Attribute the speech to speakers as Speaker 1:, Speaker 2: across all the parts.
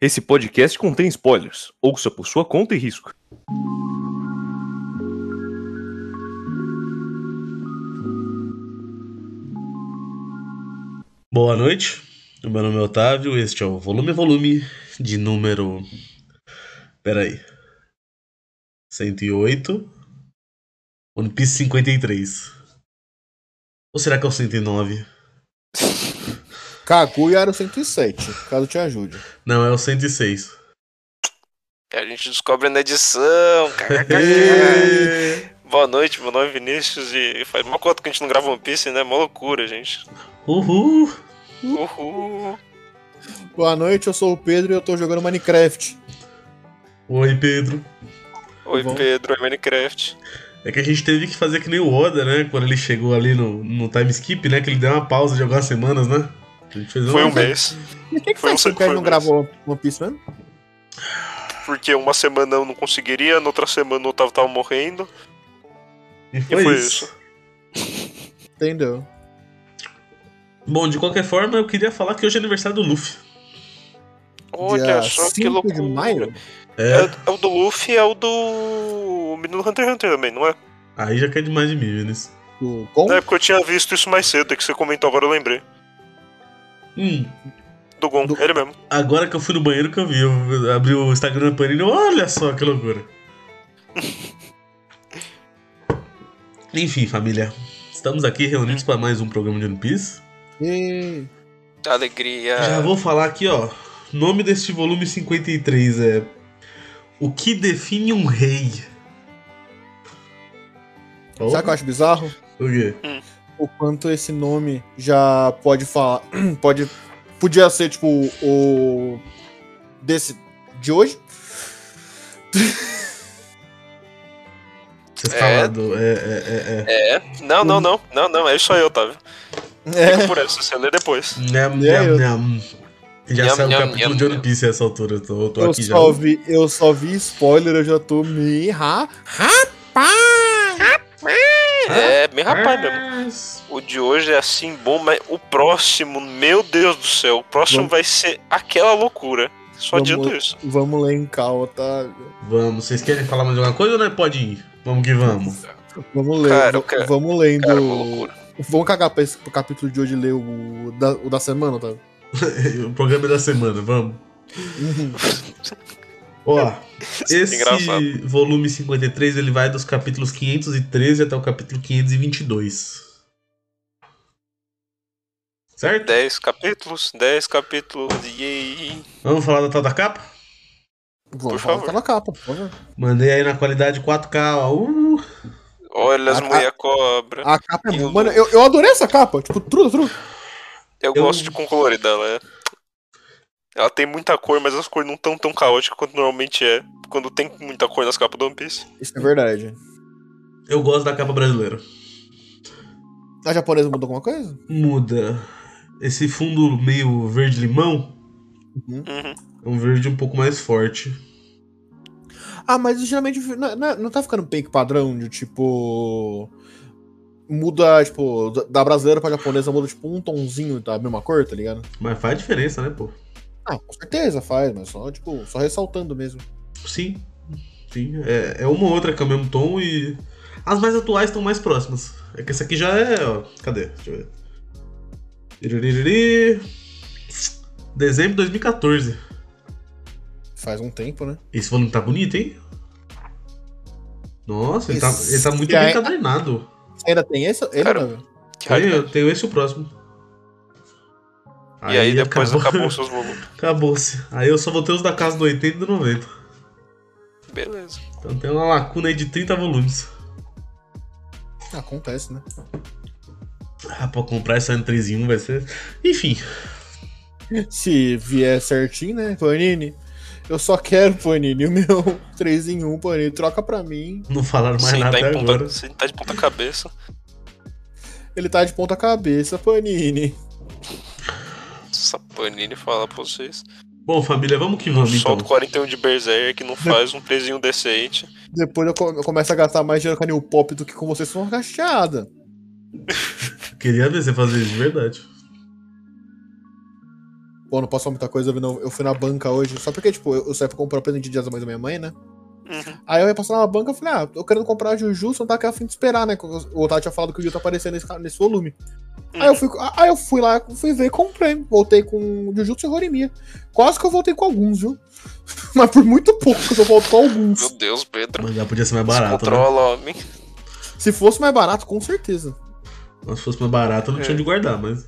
Speaker 1: Esse podcast contém spoilers. Ouça por sua conta e risco.
Speaker 2: Boa noite, o meu nome é Otávio, este é o Volume Volume de número. Peraí. 108. One Piece 53. Ou será que é o 109?
Speaker 3: Kaguya era o 107, caso te ajude.
Speaker 2: Não, é o 106.
Speaker 4: É, A gente descobre na edição. kkk.
Speaker 2: Ê!
Speaker 4: Boa noite, meu nome é Vinícius e faz uma conta que a gente não grava One Piece, né? Mó loucura, gente.
Speaker 2: Uhul!
Speaker 4: Uhul.
Speaker 3: Boa noite, eu sou o Pedro e eu tô jogando Minecraft.
Speaker 2: Oi, Pedro.
Speaker 4: Oi,
Speaker 3: Bom.
Speaker 4: Pedro, é Minecraft.
Speaker 2: É que a gente teve que fazer que nem o Oda, né? Quando ele chegou ali no, no time skip, né? Que ele deu uma pausa de algumas semanas, né? A gente fez
Speaker 4: Foi
Speaker 2: uma-
Speaker 4: um mês.
Speaker 3: Por que, que
Speaker 4: Foi
Speaker 3: você
Speaker 4: um
Speaker 3: achou que ele não
Speaker 4: setor
Speaker 3: gravou One Piece mesmo?
Speaker 4: Porque uma semana eu não conseguiria, na outra semana o Otávio tava morrendo.
Speaker 2: E foi,
Speaker 4: E foi
Speaker 2: isso.
Speaker 3: Entendeu?
Speaker 2: Bom, de qualquer forma, eu queria falar que hoje é aniversário do Luffy.
Speaker 4: Olha
Speaker 3: Dia
Speaker 4: só que
Speaker 3: 5
Speaker 4: loucura.
Speaker 3: de maio?
Speaker 2: É,
Speaker 4: É, é o do Luffy, é o do. O menino Hunter x Hunter também, não é?
Speaker 2: aí já cai demais de mim, Vinícius.
Speaker 3: O Gon?
Speaker 4: É porque eu tinha visto isso mais cedo, é que você comentou, agora eu lembrei.
Speaker 2: Hum,
Speaker 4: Do Gon,
Speaker 3: Do-
Speaker 4: ele mesmo.
Speaker 2: agora que eu fui no banheiro que eu vi, eu abri o Instagram da Panini, olha só que loucura. Enfim, família, estamos aqui reunidos para mais um programa de One Piece.
Speaker 3: E...
Speaker 4: Alegria.
Speaker 2: Já vou falar aqui, ó. Nome deste volume 53 é O que define um rei? Oh.
Speaker 3: Sabe o que eu acho bizarro?
Speaker 2: O quê?
Speaker 3: O quanto esse nome já pode falar. Pode. Podia ser, tipo, o. Desse. De hoje?
Speaker 2: Vocês
Speaker 4: É.
Speaker 2: falaram, é, é, é, é.
Speaker 4: É, não,
Speaker 3: Uhum.
Speaker 4: não, não, não, não, é isso aí, Otávio.
Speaker 2: É.
Speaker 4: Fica por essa, você lê depois.
Speaker 2: Nham,
Speaker 3: E aí,
Speaker 2: nham,
Speaker 3: eu-
Speaker 2: nham. Já
Speaker 4: Nham,
Speaker 2: saiu o
Speaker 4: nham,
Speaker 2: capítulo
Speaker 4: nham,
Speaker 2: de One
Speaker 4: nham.
Speaker 2: Piece a essa altura, eu tô, eu tô
Speaker 3: Eu
Speaker 2: aqui já.
Speaker 3: só, vi, eu só vi spoiler, eu já tô me ra. Rapaz!
Speaker 4: É, bem rapaz mesmo. O de hoje é assim bom, mas o próximo, meu Deus do céu, o próximo
Speaker 3: Vamos.
Speaker 4: vai ser aquela loucura. Só
Speaker 3: Vamos.
Speaker 4: adianto isso.
Speaker 3: Vamos lá tá? em cal, Otávio.
Speaker 2: Vamos, vocês querem falar mais alguma coisa ou não pode ir? Vamos que vamos.
Speaker 3: Vamos ler.
Speaker 4: Cara,
Speaker 3: va-
Speaker 4: eu quero-
Speaker 3: Vamos lendo.
Speaker 4: Cara, uma loucura.
Speaker 3: Vamos cagar pra esse pro capítulo de hoje e ler o da, o da semana, tá?
Speaker 2: o programa é da semana, vamos.
Speaker 4: Uhum.
Speaker 2: Ó, esse
Speaker 4: engraçado.
Speaker 2: volume 53 ele vai dos capítulos 513 até o capítulo 522. Certo?
Speaker 4: 10 capítulos, 10 capítulos, e
Speaker 2: Vamos falar da tal da capa?
Speaker 3: Vamos
Speaker 4: Por
Speaker 3: falar,
Speaker 4: favor.
Speaker 3: tá na capa, por favor.
Speaker 2: Mandei aí na qualidade 4K, ó. Uh, Ah,
Speaker 4: Olha as
Speaker 3: A- a-
Speaker 4: mulher cobra.
Speaker 3: A capa é boa.
Speaker 4: Eu-
Speaker 3: Mano, eu, eu adorei essa capa. Tipo, truda, truda.
Speaker 4: Eu
Speaker 2: Ah, eu-
Speaker 4: gosto de com color dela, é. Ela tem muita cor, mas as cores não tão tão caóticas quanto normalmente é. Quando tem muita cor nas capas do One Piece.
Speaker 3: Isso é verdade.
Speaker 2: eu gosto da capa brasileira.
Speaker 3: A japonesa mudou alguma coisa?
Speaker 2: muda esse fundo meio verde limão
Speaker 4: Uhum.
Speaker 2: é um verde um pouco mais forte
Speaker 3: Ah, mas geralmente não, não- não tá ficando pink padrão de tipo. Muda, tipo, da- da brasileira pra japonesa, muda tipo um tonzinho da mesma cor, tá ligado?
Speaker 2: mas faz diferença né pô
Speaker 3: Ah, com certeza faz, mas só, tipo, só ressaltando mesmo.
Speaker 2: sim sim é, é uma ou outra que é o mesmo tom e as mais atuais estão mais próximas é que essa aqui já é ó, cadê Deixa eu ver. Iririri. dezembro de 2014
Speaker 3: Faz um tempo, né?
Speaker 2: esse volume tá bonito hein nossa ele tá,
Speaker 3: Esse
Speaker 2: ele tá muito
Speaker 3: é-
Speaker 2: bem cadernado
Speaker 3: Ainda tem esse? Ele,
Speaker 4: Cara,
Speaker 3: né?
Speaker 4: Que
Speaker 2: Aí
Speaker 4: raridade.
Speaker 2: eu tenho esse e o próximo
Speaker 4: e aí depois acabou os seus volumes.
Speaker 2: Acabou-se. Aí eu só botei os da casa do 80 e do 90.
Speaker 4: Beleza.
Speaker 2: Então tem uma lacuna aí de 30 volumes.
Speaker 3: Acontece, né?
Speaker 2: Ah, pra comprar essa em 3 em 1 vai ser. Enfim.
Speaker 3: Se vier certinho, né, Panini? Eu só quero, Panini, o meu 3 em 1, Panini, troca pra mim.
Speaker 2: Não falaram mais
Speaker 4: Sim,
Speaker 2: nada
Speaker 4: tá
Speaker 2: até
Speaker 4: em
Speaker 2: agora.
Speaker 4: ponta, sim, tá de ponta cabeça.
Speaker 3: Ele tá de ponta cabeça, Panini.
Speaker 4: Essa Panini falar pra vocês.
Speaker 2: Bom, família, vamos que vamos então.
Speaker 4: Solta o 41 de Berserk, não faz um prezinho decente.
Speaker 3: Depois eu, co- eu começo a gastar mais dinheiro com a New Pop do que com vocês são cacheada.
Speaker 2: Queria ver você fazer isso de verdade.
Speaker 3: Pô, não posso falar muita coisa, eu, não- eu fui na banca hoje. Só porque, tipo, eu, eu saí pra comprar presente de dia das mães da minha mãe, né?
Speaker 4: Uhum.
Speaker 3: Aí eu ia passar na banca e falei, ah, tô querendo comprar a Juju, só não tá aqui a fim de esperar, né? O Otávio tinha falado que o Juju tá aparecendo nesse, ca- nesse volume. Aí, eu fui, aí eu fui lá, fui ver e comprei. Voltei com Jujutsu e Horimiya. Quase que eu voltei com alguns, viu? Mas por muito pouco que eu volto com alguns.
Speaker 4: Meu Deus, Pedro.
Speaker 2: Mas já podia ser mais
Speaker 4: Se
Speaker 2: barato, né?
Speaker 4: controla, homem.
Speaker 3: Se fosse mais barato, com certeza.
Speaker 2: Mas se fosse mais barato, eu não
Speaker 4: É.
Speaker 2: tinha onde guardar, mas.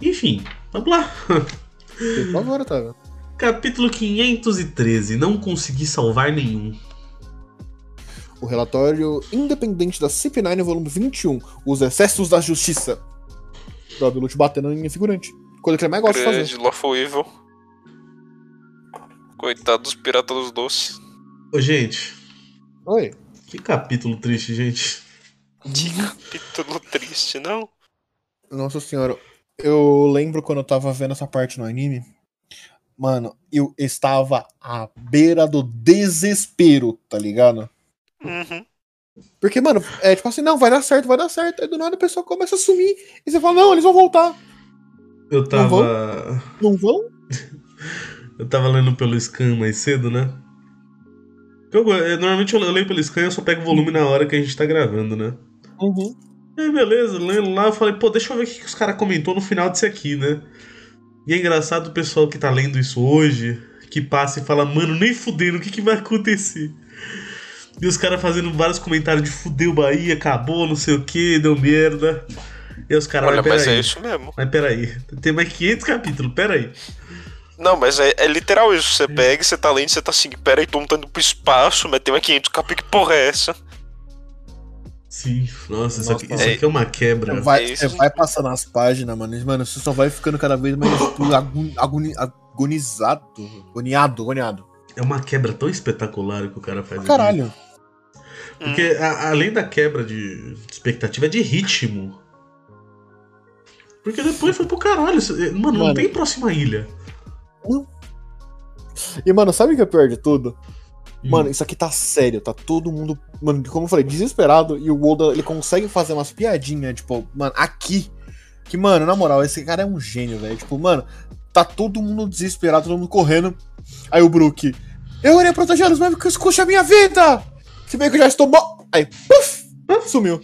Speaker 2: Enfim, vamos lá.
Speaker 3: Por favor, Otávio.
Speaker 2: Capítulo 513. Não consegui salvar nenhum.
Speaker 3: O relatório independente da CP9, volume 21, Os Excessos da Justiça. Rob Lute batendo em figurante. Coisa que ele mais gosta de fazer.
Speaker 4: Grande, Lawful Evil. Coitado dos piratas dos doces.
Speaker 2: Ô, gente,
Speaker 3: Oi.
Speaker 2: que capítulo triste, gente.
Speaker 4: Diga. Capítulo triste, não?
Speaker 3: Nossa senhora, eu lembro quando eu tava vendo essa parte no anime. Mano, eu estava à beira do desespero, tá ligado?
Speaker 4: Uhum.
Speaker 3: Porque, mano, é tipo assim, não, vai dar certo, vai dar certo. Aí do nada a pessoa começa a sumir. E você fala, não, eles vão voltar.
Speaker 2: Eu tava.
Speaker 3: Não vão?
Speaker 2: Eu tava lendo pelo scan mais cedo, né? Eu, eu- normalmente eu, eu leio pelo scan e eu só pego o volume na hora que a gente tá gravando, né?
Speaker 3: Uhum.
Speaker 2: E aí, beleza, lendo lá, eu falei, pô, deixa eu ver o que, que os caras comentou no final disso aqui, né? E é engraçado o pessoal que tá lendo isso hoje, que passa e fala, mano, nem fudendo, o que, que vai acontecer? E os caras fazendo vários comentários de fudeu Bahia, acabou, não sei o que, deu merda. E aí os caras,
Speaker 4: Olha,
Speaker 2: mas
Speaker 4: mas é
Speaker 2: peraí,
Speaker 4: isso mesmo.
Speaker 2: mas peraí, tem mais 500 capítulos, peraí.
Speaker 4: Não, mas é, é literal isso. Você pega, você tá lendo, você tá assim, pera aí, todo mundo tá indo pro espaço, mas tem uma 500 cap, que porra é essa?
Speaker 2: Sim, nossa, isso,
Speaker 3: Nossa,
Speaker 2: aqui, isso aqui é uma quebra.
Speaker 3: Vai,
Speaker 4: É isso.
Speaker 3: você vai passando as páginas, mano. e, Mano, você só vai ficando cada vez mais tipo, agon- agoni- agonizado. Agoniado, agoniado.
Speaker 2: É uma quebra tão espetacular que o cara faz. aqui.
Speaker 3: Caralho.
Speaker 2: Porque a- além da quebra de expectativa, é de ritmo. Porque depois foi pro caralho. isso- eh, Mano, não
Speaker 3: Mano.
Speaker 2: tem próxima ilha.
Speaker 3: E, mano, sabe o que é pior de tudo?
Speaker 2: Hum.
Speaker 3: Mano, isso aqui tá sério, tá todo mundo, mano, como eu falei, desesperado e o Oda, ele consegue fazer umas piadinhas, tipo, mano, aqui, que, mano, na moral, esse cara é um gênio, velho, tipo, mano, tá todo mundo desesperado, todo mundo correndo, aí o Brook, eu irei proteger os meus que escute a minha vida, se bem que eu já estou mo... aí, puf, sumiu,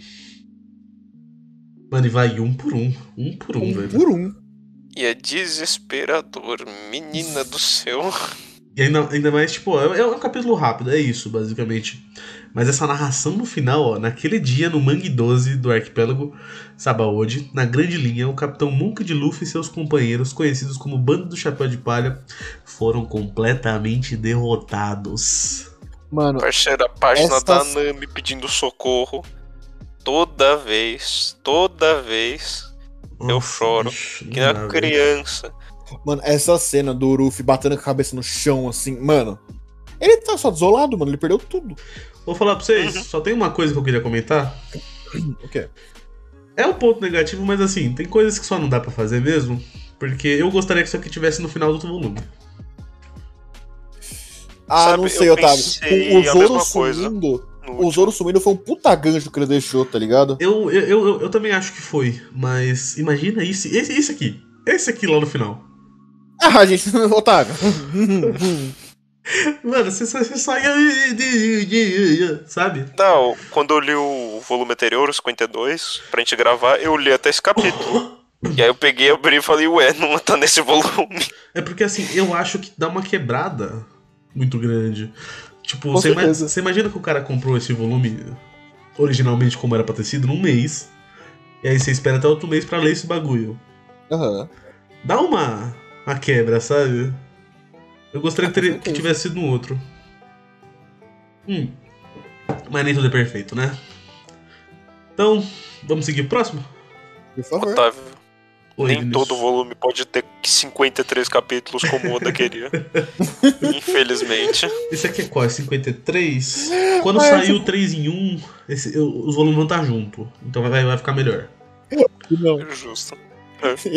Speaker 2: Mano, e vai um por um. Um por um,
Speaker 3: um
Speaker 2: velho.
Speaker 3: por um,
Speaker 4: E é desesperador, menina do céu.
Speaker 2: E ainda, ainda mais, tipo, é, é um capítulo rápido, é isso, basicamente. Mas essa narração no final, ó, naquele dia no Mangue 12 do arquipélago Sabaody, na grande linha, o capitão Monk de Luffy e seus companheiros, conhecidos como Bando do Chapéu de Palha, foram completamente derrotados.
Speaker 3: mano,
Speaker 4: Parceiro, a página da
Speaker 3: Essas-
Speaker 4: Nami pedindo socorro. Toda vez, toda vez. Eu choro.
Speaker 2: bicho, não
Speaker 4: Que na
Speaker 2: dá, velho.
Speaker 4: criança.
Speaker 3: mano, essa cena do Ruffy batendo com a cabeça no chão, assim, mano, ele tá só desolado, mano, ele perdeu tudo,
Speaker 2: Vou falar pra vocês,
Speaker 4: Uhum.
Speaker 2: só tem uma coisa que eu queria comentar.
Speaker 3: o quê?
Speaker 2: É um ponto negativo, mas assim, tem coisas que só não dá pra fazer mesmo. Porque eu gostaria que isso aqui tivesse no final do outro volume.
Speaker 3: Ah,
Speaker 4: Sabe,
Speaker 3: não sei,
Speaker 4: eu
Speaker 3: Otávio.
Speaker 4: pensei
Speaker 3: O-
Speaker 4: a
Speaker 3: O Zoro
Speaker 4: mesma coisa.
Speaker 3: sumindo.
Speaker 4: No
Speaker 3: O Zoro sumindo foi um puta gancho que ele deixou, tá ligado?
Speaker 2: Eu, eu, eu, eu- eu também acho que foi, mas imagina isso, esse, esse aqui. Esse aqui lá no final.
Speaker 3: Ah, gente, Otávio.
Speaker 2: Mano, você só, você só ia- Sabe?
Speaker 4: Não, quando eu li o volume anterior, o 52, pra gente gravar, eu li até esse capítulo. e aí eu peguei, abri e falei, ué, não tá nesse volume.
Speaker 2: É porque assim, eu acho que dá uma quebrada muito grande. Tipo,
Speaker 3: Com
Speaker 2: você, ima-
Speaker 3: certeza.
Speaker 2: você imagina que o cara comprou esse volume originalmente como era pra ter sido, num mês. E aí você espera até outro mês pra ler esse bagulho.
Speaker 3: Aham.
Speaker 2: dá uma, uma quebra, sabe? Eu gostaria que, teria- que tivesse sido um outro. Hum. Mas nem tudo é perfeito, né? Então, vamos seguir pro próximo?
Speaker 3: Por favor.
Speaker 4: Otávio,
Speaker 2: Oi,
Speaker 4: nem
Speaker 2: Vinícius.
Speaker 4: todo volume pode ter 53 capítulos como o Oda queria. Infelizmente.
Speaker 2: Esse aqui é qual? É 53? Quando
Speaker 3: Ah,
Speaker 2: sair o 3 em 1, tá esse- eu- os volumes vão estar junto. Então vai, vai ficar melhor.
Speaker 3: Não.
Speaker 4: Justo.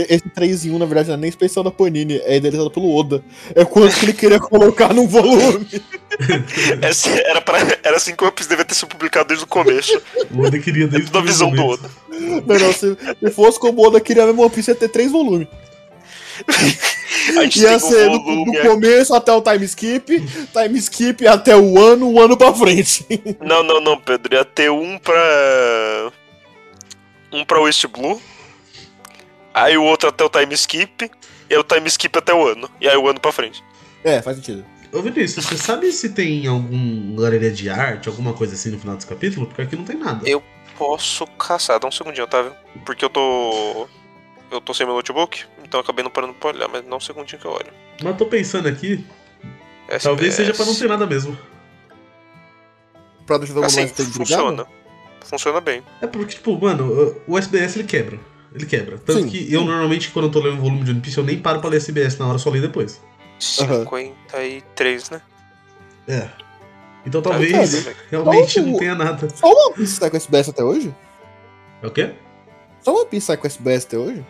Speaker 3: Esse 3 em 1, na verdade, não é nem especial da Panini, é idealizado pelo Oda. É quanto que ele queria colocar num volume.
Speaker 4: Essa era, pra, era assim que o One Piece devia ter sido publicado desde o começo.
Speaker 2: O Oda queria desde
Speaker 4: Da
Speaker 2: o primeiro
Speaker 4: visão do
Speaker 2: momento.
Speaker 4: Oda.
Speaker 3: Não, não, se eu fosse como o Oda queria mesmo, One Piece ia ter três volumes.
Speaker 4: A gente
Speaker 3: Ia
Speaker 4: tem
Speaker 3: ser
Speaker 4: um
Speaker 3: do,
Speaker 4: volume.
Speaker 3: do começo até o time skip, time skip até o ano, o ano pra frente.
Speaker 4: Não, não, não, Pedro. Ia ter um pra. Um pra West Blue. Aí o outro até o time skip. E aí o time skip até o ano. E aí o ano pra frente.
Speaker 3: É, faz sentido.
Speaker 2: Ô Vinícius, você sabe se tem algum galeria de arte, alguma coisa assim no final desse capítulo? Porque aqui não tem nada.
Speaker 4: Eu- Posso caçar, dá um segundinho, Otávio. Porque eu tô. Eu tô sem meu notebook, então eu acabei não parando pra olhar, mas dá um segundinho que eu olho. É,
Speaker 2: Mas tô pensando aqui, talvez seja pra não ter nada mesmo.
Speaker 3: Pra deixar o
Speaker 4: Assim,
Speaker 3: mais tempo de
Speaker 4: funciona. Funciona bem.
Speaker 2: É porque, tipo, mano, o SBS ele quebra. Ele quebra. Tanto
Speaker 3: Sim.
Speaker 2: que eu normalmente, quando eu tô lendo um volume de One Piece, eu nem paro pra ler SBS na hora, eu só leio depois.
Speaker 4: 53, né?
Speaker 2: É. Então
Speaker 4: Tá,
Speaker 2: talvez
Speaker 3: Otávio,
Speaker 2: realmente
Speaker 3: qual o-
Speaker 2: não tenha nada.
Speaker 3: Só o One Piece sai com SBS até hoje?
Speaker 2: É o quê?
Speaker 3: Só o One Piece sai com SBS até hoje?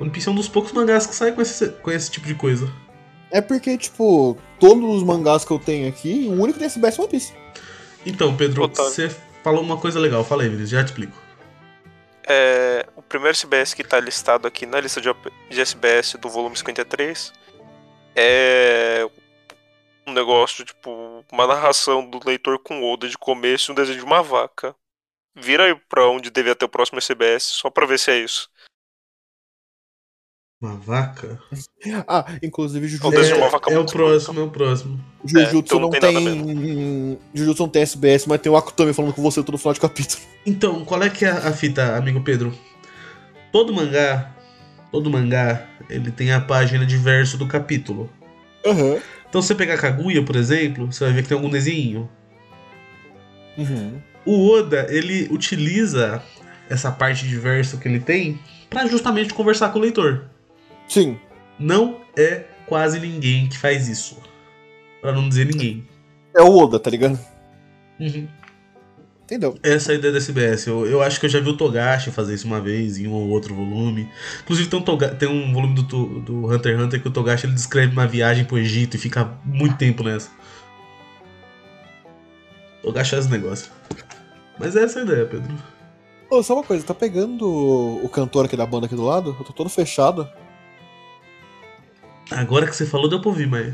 Speaker 2: One Piece é um dos poucos mangás que sai com esse, com esse tipo de coisa.
Speaker 3: É porque, tipo, todos os mangás que eu tenho aqui, o único que tem SBS é o One Piece.
Speaker 2: Então, Pedro,
Speaker 4: Otávio.
Speaker 2: você falou uma coisa legal. Fala aí, Vinícius, já te explico.
Speaker 4: É, o primeiro SBS que tá listado aqui na lista de, OP de SBS do volume 53 é um negócio, tipo, uma narração do leitor com Oda de começo e um desenho de uma vaca. Vira aí pra onde devia ter o próximo SBS, só pra ver se é isso.
Speaker 2: Uma vaca?
Speaker 3: Ah, inclusive Jujutsu,
Speaker 4: Talvez
Speaker 2: É,
Speaker 4: de uma vaca
Speaker 2: é o
Speaker 4: muito
Speaker 2: próximo, é o próximo.
Speaker 3: Jujutsu
Speaker 4: é, então
Speaker 3: não
Speaker 4: não
Speaker 3: tem.
Speaker 4: tem nada
Speaker 3: Jujutsu não tem SBS, mas tem o Akutami falando com você todo final de capítulo.
Speaker 2: Então, qual é que é a fita, amigo Pedro? Todo mangá, todo mangá, ele tem a página de verso do capítulo.
Speaker 3: Aham.
Speaker 2: Então, se você pegar Kaguya, por exemplo, você vai ver que tem algum desenho.
Speaker 3: Uhum.
Speaker 2: O Oda, ele utiliza essa parte de verso que ele tem pra justamente conversar com o leitor.
Speaker 3: Sim.
Speaker 2: Não é quase ninguém que faz isso. Pra não dizer ninguém.
Speaker 3: É o Oda, tá ligado?
Speaker 2: Uhum.
Speaker 3: Entendeu?
Speaker 2: Essa é a ideia da SBS. Eu, eu acho que eu já vi o Togashi fazer isso uma vez em um ou outro volume. Inclusive tem um, Toga- tem um volume do, To- do Hunter x Hunter que o Togashi ele descreve uma viagem pro Egito e fica muito tempo nessa. Togashi faz esse negócio. Mas essa é a ideia, Pedro.
Speaker 3: Ô, só uma coisa, tá pegando o cantor aqui da banda aqui do lado? Eu tô todo fechado.
Speaker 2: Agora que você falou, deu pra ouvir, mas.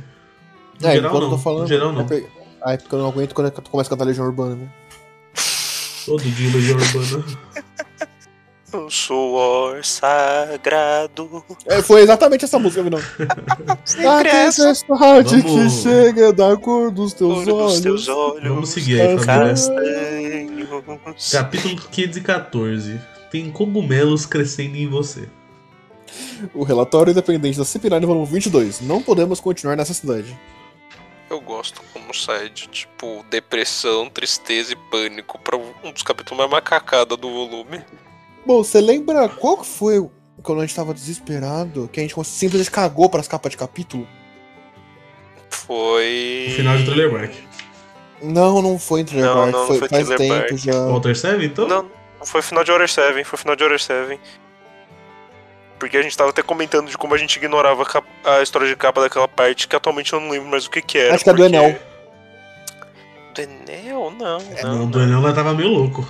Speaker 2: No
Speaker 3: é,
Speaker 2: geral
Speaker 3: enquanto
Speaker 2: não.
Speaker 3: eu tô falando.
Speaker 2: No geral não.
Speaker 3: é pe- Ah, é porque eu não aguento quando eu começo a cantar Legião Urbana, né?
Speaker 2: Todo dia elogia urbana.
Speaker 4: Um suor sagrado.
Speaker 3: É, foi exatamente essa música, não.
Speaker 4: Sem pressa.
Speaker 3: tempestade que
Speaker 2: Vamos.
Speaker 3: chega da cor dos teus
Speaker 4: Olho
Speaker 3: olhos.
Speaker 4: dos teus olhos.
Speaker 2: Vamos seguir aí, família.
Speaker 4: Castanhos.
Speaker 2: Capítulo 514. Tem cogumelos crescendo em você.
Speaker 3: O relatório independente da CIPINAR volume 22. Não podemos continuar nessa cidade.
Speaker 4: Eu gosto como sai de, tipo, depressão, tristeza e pânico pra um dos capítulos mais macacada do volume.
Speaker 3: Bom, você lembra qual que foi o- quando a gente tava desesperado, que a gente simplesmente cagou pras capas de capítulo?
Speaker 4: Foi.
Speaker 2: O final de Thriller Bark.
Speaker 3: Não, não foi em Trailer
Speaker 4: Não,
Speaker 3: Park,
Speaker 4: não, não
Speaker 3: foi,
Speaker 4: foi
Speaker 3: faz
Speaker 4: Trailer
Speaker 3: tempo
Speaker 4: Park.
Speaker 3: já.
Speaker 2: Walter Seven, então?
Speaker 4: Não, não foi final de Horror 7, foi final de Horror 7. Porque a gente tava até comentando de como a gente ignorava a cap- a história de capa daquela parte que atualmente eu não lembro mais o que que era.
Speaker 3: Acho que é do
Speaker 4: porque-
Speaker 3: Enel.
Speaker 4: Do Enel? Não, não.
Speaker 2: É, Não, o Daniel lá tava meio louco.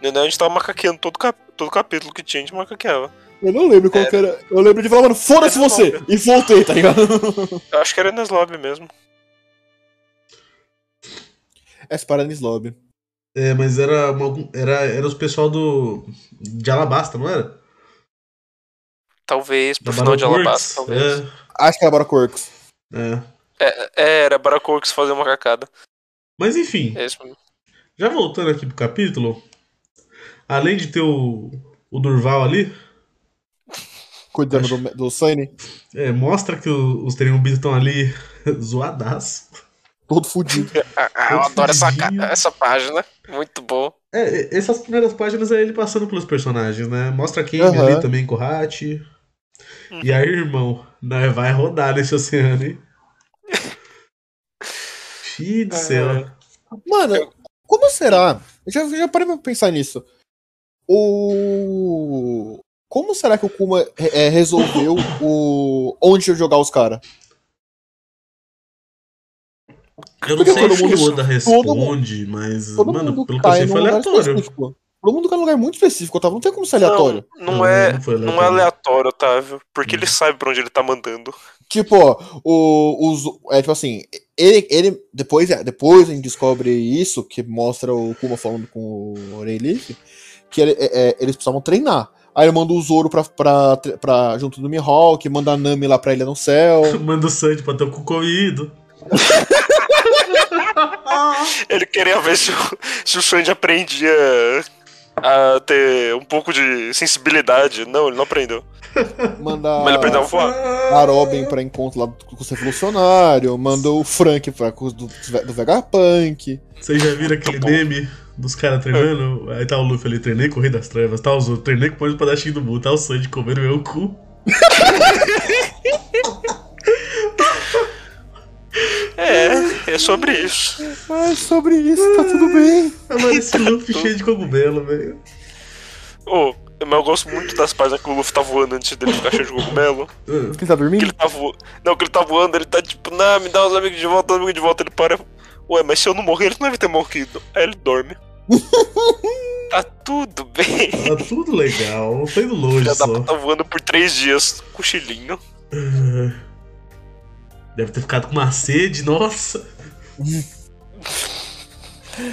Speaker 4: Do Enel a gente tava macaqueando todo, cap... todo capítulo que tinha, a gente macaqueava.
Speaker 3: Eu não lembro qual que era. Eu lembro de falar, mano, foda-se
Speaker 4: Era
Speaker 3: você! E voltei, tá ligado?
Speaker 4: Eu acho que era Enes Lobby mesmo.
Speaker 3: Essa parada no lobby.
Speaker 2: É, mas era, uma, algum- era, era os pessoal do. de Alabasta, não era?
Speaker 4: Talvez, pro
Speaker 2: Da
Speaker 4: final de
Speaker 2: Battle
Speaker 4: Alabasta,
Speaker 2: Works.
Speaker 4: talvez.
Speaker 3: Acho que era Baracorcos.
Speaker 2: É, é.
Speaker 4: É, é, era Baracox fazer uma cacada.
Speaker 2: Mas enfim,
Speaker 4: É isso mesmo.
Speaker 2: já voltando aqui pro capítulo, além de ter o, o Durval ali,
Speaker 3: Cuidando do, do Sunny,
Speaker 2: é, mostra que o- os Terimubis estão ali zoadaço.
Speaker 3: todo fudido.
Speaker 4: Ah, ah, eu
Speaker 2: Todo
Speaker 4: adoro essa, ca-
Speaker 2: fudinho.
Speaker 4: essa página. Muito bom.
Speaker 2: É, é, essas primeiras páginas é ele passando pelos personagens, né? Mostra quem
Speaker 3: Aham.
Speaker 2: ali também com o Hat. E aí, irmão, nós vai rodar nesse oceano, hein? Fih do céu.
Speaker 3: Mano, como será? Eu já, já parei pra pensar nisso. O. Como será que o Kuma é, resolveu o onde jogar os caras?
Speaker 2: Eu não
Speaker 3: Porque
Speaker 2: sei
Speaker 3: todo
Speaker 2: se
Speaker 3: mundo-
Speaker 2: o Oda
Speaker 3: todo mundo-
Speaker 2: responde, mas,
Speaker 3: Todo
Speaker 2: mano,
Speaker 3: mundo
Speaker 2: pelo que eu
Speaker 3: cai
Speaker 2: sei
Speaker 3: num
Speaker 2: foi
Speaker 3: lugar
Speaker 2: aleatório.
Speaker 3: específico. Todo mundo cai num lugar muito específico, Otávio. Não tem como ser aleatório.
Speaker 4: Não, não é.
Speaker 2: foi
Speaker 4: Não é aleatório, Otávio, porque ele sabe pra onde ele tá mandando.
Speaker 3: Tipo, ó, o, os, é tipo assim, ele, ele depois, é, depois a gente descobre isso, que mostra o Kuma falando com o Orelif, que ele- é- é, eles precisavam treinar. Aí ele manda o Zoro pra, pra, pra- junto do Mihawk, manda a Nami lá pra Ilha no Céu.
Speaker 2: Manda o Sandy pra ter o cu comido.
Speaker 3: Ah.
Speaker 4: Ele queria ver se o, se o Sanji aprendia a ter um pouco de sensibilidade. Não, ele não aprendeu.
Speaker 3: Manda
Speaker 4: Mas ele aprendeu a voar.
Speaker 3: a Robin pra encontro lá com os revolucionários. Manda o Frank pra, com os do, do Vegapunk.
Speaker 2: Vocês já viram aquele
Speaker 3: Tá
Speaker 4: bom.
Speaker 2: meme dos caras treinando?
Speaker 3: É.
Speaker 2: Aí tá o Luffy ali, treinei com o Rei das Trevas, tá o Zoro, treinei com o Ponte Padachim do Mu, tá o Sandy comendo meu cu.
Speaker 4: É, é sobre isso.
Speaker 3: Ai, sobre isso, tá tudo bem.
Speaker 2: Ah, Mano, esse Luffy cheio de cogumelo, velho.
Speaker 4: Ô, mas eu gosto muito das páginas que o Luffy tá voando antes dele ficar cheio de cogumelo.
Speaker 2: Ah.
Speaker 3: Ele tá
Speaker 4: Que
Speaker 3: dormindo?
Speaker 4: ele tá voando. Não, que ele tá voando, ele tá tipo, não, me dá os amigos de volta, os amigos de volta. Ele para. Ué, mas se eu não morrer, ele não deve ter morrido. Aí ele dorme. tá tudo bem.
Speaker 2: Tá tudo legal, tô indo longe
Speaker 4: Já dá
Speaker 2: só.
Speaker 4: pra tá voando por três dias. Cochilinho.
Speaker 2: Deve ter ficado com uma sede, nossa.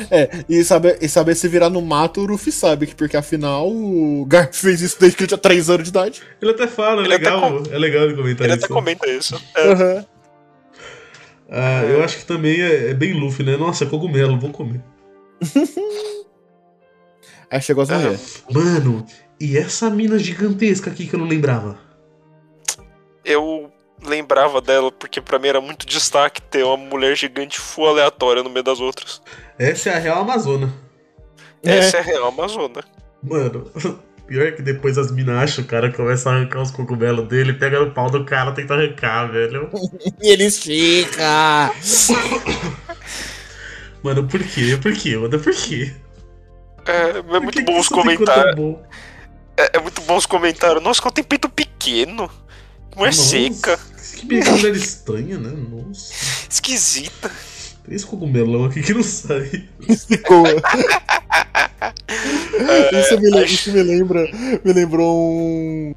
Speaker 3: É, e saber, e saber se virar no mato, o Ruffy sabe, que porque afinal o Garp fez isso desde que eu tinha 3 anos de idade.
Speaker 2: Ele até fala, é
Speaker 4: Ele até
Speaker 2: legal, é legal ele comentar
Speaker 4: Ele
Speaker 2: isso.
Speaker 4: até comenta isso.
Speaker 3: Aham.
Speaker 2: Ah, eu acho que também é, é bem Luffy, né? Nossa, cogumelo, vou comer.
Speaker 3: Aí chegou as
Speaker 4: É.
Speaker 3: mulheres.
Speaker 2: Mano, e essa mina gigantesca aqui que eu não lembrava?
Speaker 4: eu lembrava dela porque pra mim era muito destaque ter uma mulher gigante full aleatória no meio das outras.
Speaker 2: Essa é a real Amazona.
Speaker 3: É.
Speaker 4: Essa é a real Amazona.
Speaker 2: Mano, pior que depois as minas acham o cara, começa a arrancar os cogumelos dele, pega no pau do cara, tenta arrancar, velho.
Speaker 3: E ele estica!
Speaker 2: Mano, por quê? Por quê, Oda? Por quê?
Speaker 4: É, é
Speaker 2: Por que
Speaker 4: muito
Speaker 2: que
Speaker 4: bom os
Speaker 2: isso tem quanto
Speaker 4: comentários.
Speaker 2: bom?
Speaker 4: É, é muito bom os comentários. Nossa, que ela tem peito pequeno. Mulher
Speaker 2: Nossa,
Speaker 4: seca.
Speaker 2: Que mulher estranha, né? Nossa.
Speaker 4: Esquisita.
Speaker 2: Tem esse cogumelão aqui que não sai.
Speaker 3: Ficou. isso, me, lem- isso me lembra. Me lembrou um.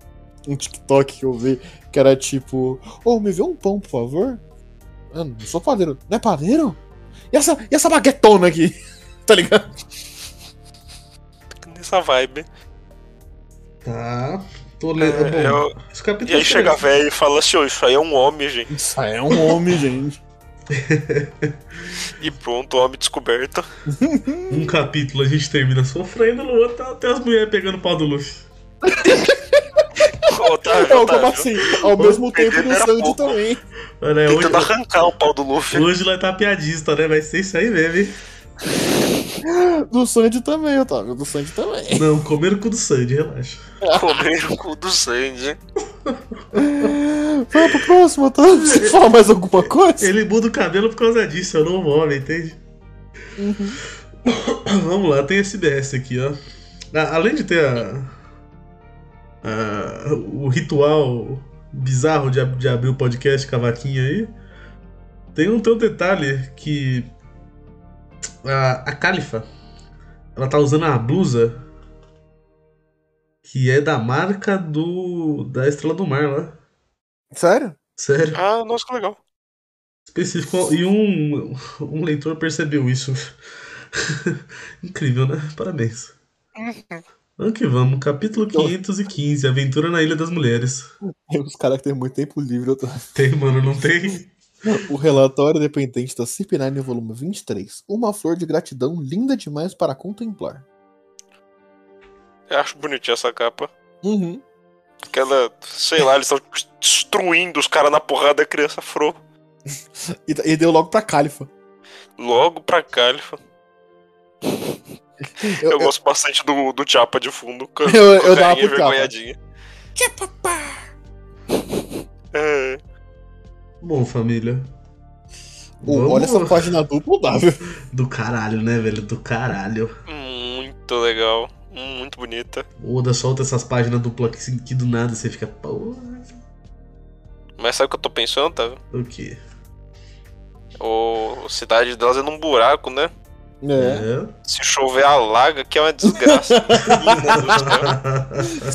Speaker 3: Um TikTok que eu vi que era tipo: Ô, me vê um pão, por favor? Eu não sou padeiro. Não é padeiro? E essa, e essa baguetona aqui? Tá ligado?
Speaker 4: Nessa vibe.
Speaker 2: Tá. Tô
Speaker 4: É,
Speaker 2: lendo. bom,
Speaker 4: eu-
Speaker 2: esse capítulo
Speaker 4: e aí
Speaker 2: é
Speaker 4: chega a velha e fala assim, "Ô, isso aí é um homem, gente.
Speaker 3: Isso aí é um homem, gente.
Speaker 4: E pronto, homem descoberto.
Speaker 2: Um capítulo a gente termina sofrendo, no outro até as mulheres pegando o pau do Luffy.
Speaker 3: É,
Speaker 4: Otávio,
Speaker 3: eu como
Speaker 4: Otávio.
Speaker 3: assim? Ao mesmo tempo do
Speaker 4: Era
Speaker 3: Sandy
Speaker 4: pouco.
Speaker 3: também.
Speaker 2: Olha, é hoje,
Speaker 4: Tentando arrancar o pau do Luffy.
Speaker 2: hoje nós tá piadista, né? Vai ser isso aí mesmo, hein?
Speaker 3: Do Sandy também, Otávio. Do Sandy também.
Speaker 2: Não, comer o cu do Sandy, relaxa.
Speaker 3: Ah.
Speaker 4: Comer o cu do Sandy.
Speaker 3: Vamos pro próximo, Otávio. Você fala mais alguma coisa?
Speaker 2: Ele muda o cabelo por causa disso, é o novo homem, entende? Vamos lá, tem esse DS aqui, ó. A- além de ter a, a- o ritual bizarro de, ab- de abrir o podcast com a vaquinha aí, tem um, tem um detalhe que a, a Califa, ela tá usando a blusa que é da marca do da Estrela do Mar lá.
Speaker 3: Sério?
Speaker 2: Sério.
Speaker 4: Ah, nossa, que legal.
Speaker 2: específico e um, um leitor percebeu isso. Incrível, né? Parabéns. Vamos que vamos, capítulo 515, Aventura na Ilha das Mulheres.
Speaker 3: Os caras que têm muito tempo livre, Otávio.
Speaker 2: Tem, mano, não tem?
Speaker 3: O relatório dependente da CIP9, volume 23. Uma flor de gratidão linda demais para contemplar.
Speaker 4: Eu acho bonitinha essa capa.
Speaker 3: Uhum.
Speaker 4: Aquela, sei lá, eles estão destruindo os caras na porrada da criança fro.
Speaker 3: E, e deu logo pra Califa.
Speaker 4: Logo pra Califa. Eu,
Speaker 3: Eu, eu,
Speaker 4: gosto bastante do, do Chapa de fundo. Com,
Speaker 3: Eu- eu
Speaker 4: com a
Speaker 3: dava
Speaker 4: carinha
Speaker 3: pro Chapa.
Speaker 4: envergonhadinha. É,
Speaker 2: Bom, família.
Speaker 3: oh, olha essa
Speaker 2: Vamos-
Speaker 3: página dupla, Otávio.
Speaker 2: Do caralho, né, velho? Do caralho.
Speaker 4: muito legal. muito bonita.
Speaker 2: O Oda solta essas páginas duplas que, que do nada você fica. Pô,
Speaker 4: Mas sabe o que eu tô pensando, tá?
Speaker 2: o quê?
Speaker 4: O a cidade delas é num buraco, né?
Speaker 3: É.
Speaker 4: Se chover, alaga, que é uma desgraça.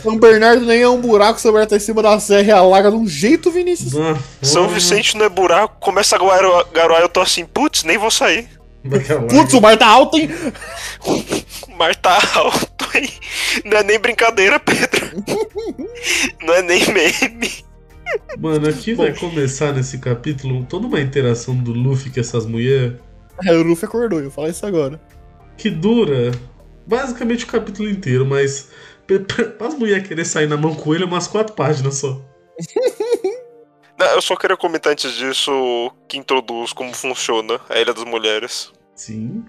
Speaker 3: São Bernardo nem é um buraco, São Bernardo tá em cima da serra e alaga de um jeito, Vinícius.
Speaker 4: São Vicente não é buraco, começa a garoar, garoar eu tô assim, putz, nem vou sair.
Speaker 3: Putz, o mar tá alto, hein?
Speaker 4: O mar tá alto, hein? Não é nem brincadeira, Pedro. Não é nem meme.
Speaker 2: Mano, aqui vai começar nesse capítulo toda uma interação do Luffy com essas mulheres
Speaker 3: É, o Luffy acordou, eu falo isso agora.
Speaker 2: que dura basicamente o capítulo inteiro, mas pra- pra pra as mulheres querer sair na mão com ele é umas quatro páginas só.
Speaker 4: Não, eu só queria comentar antes disso que introduz como funciona a Ilha das Mulheres.
Speaker 2: Sim.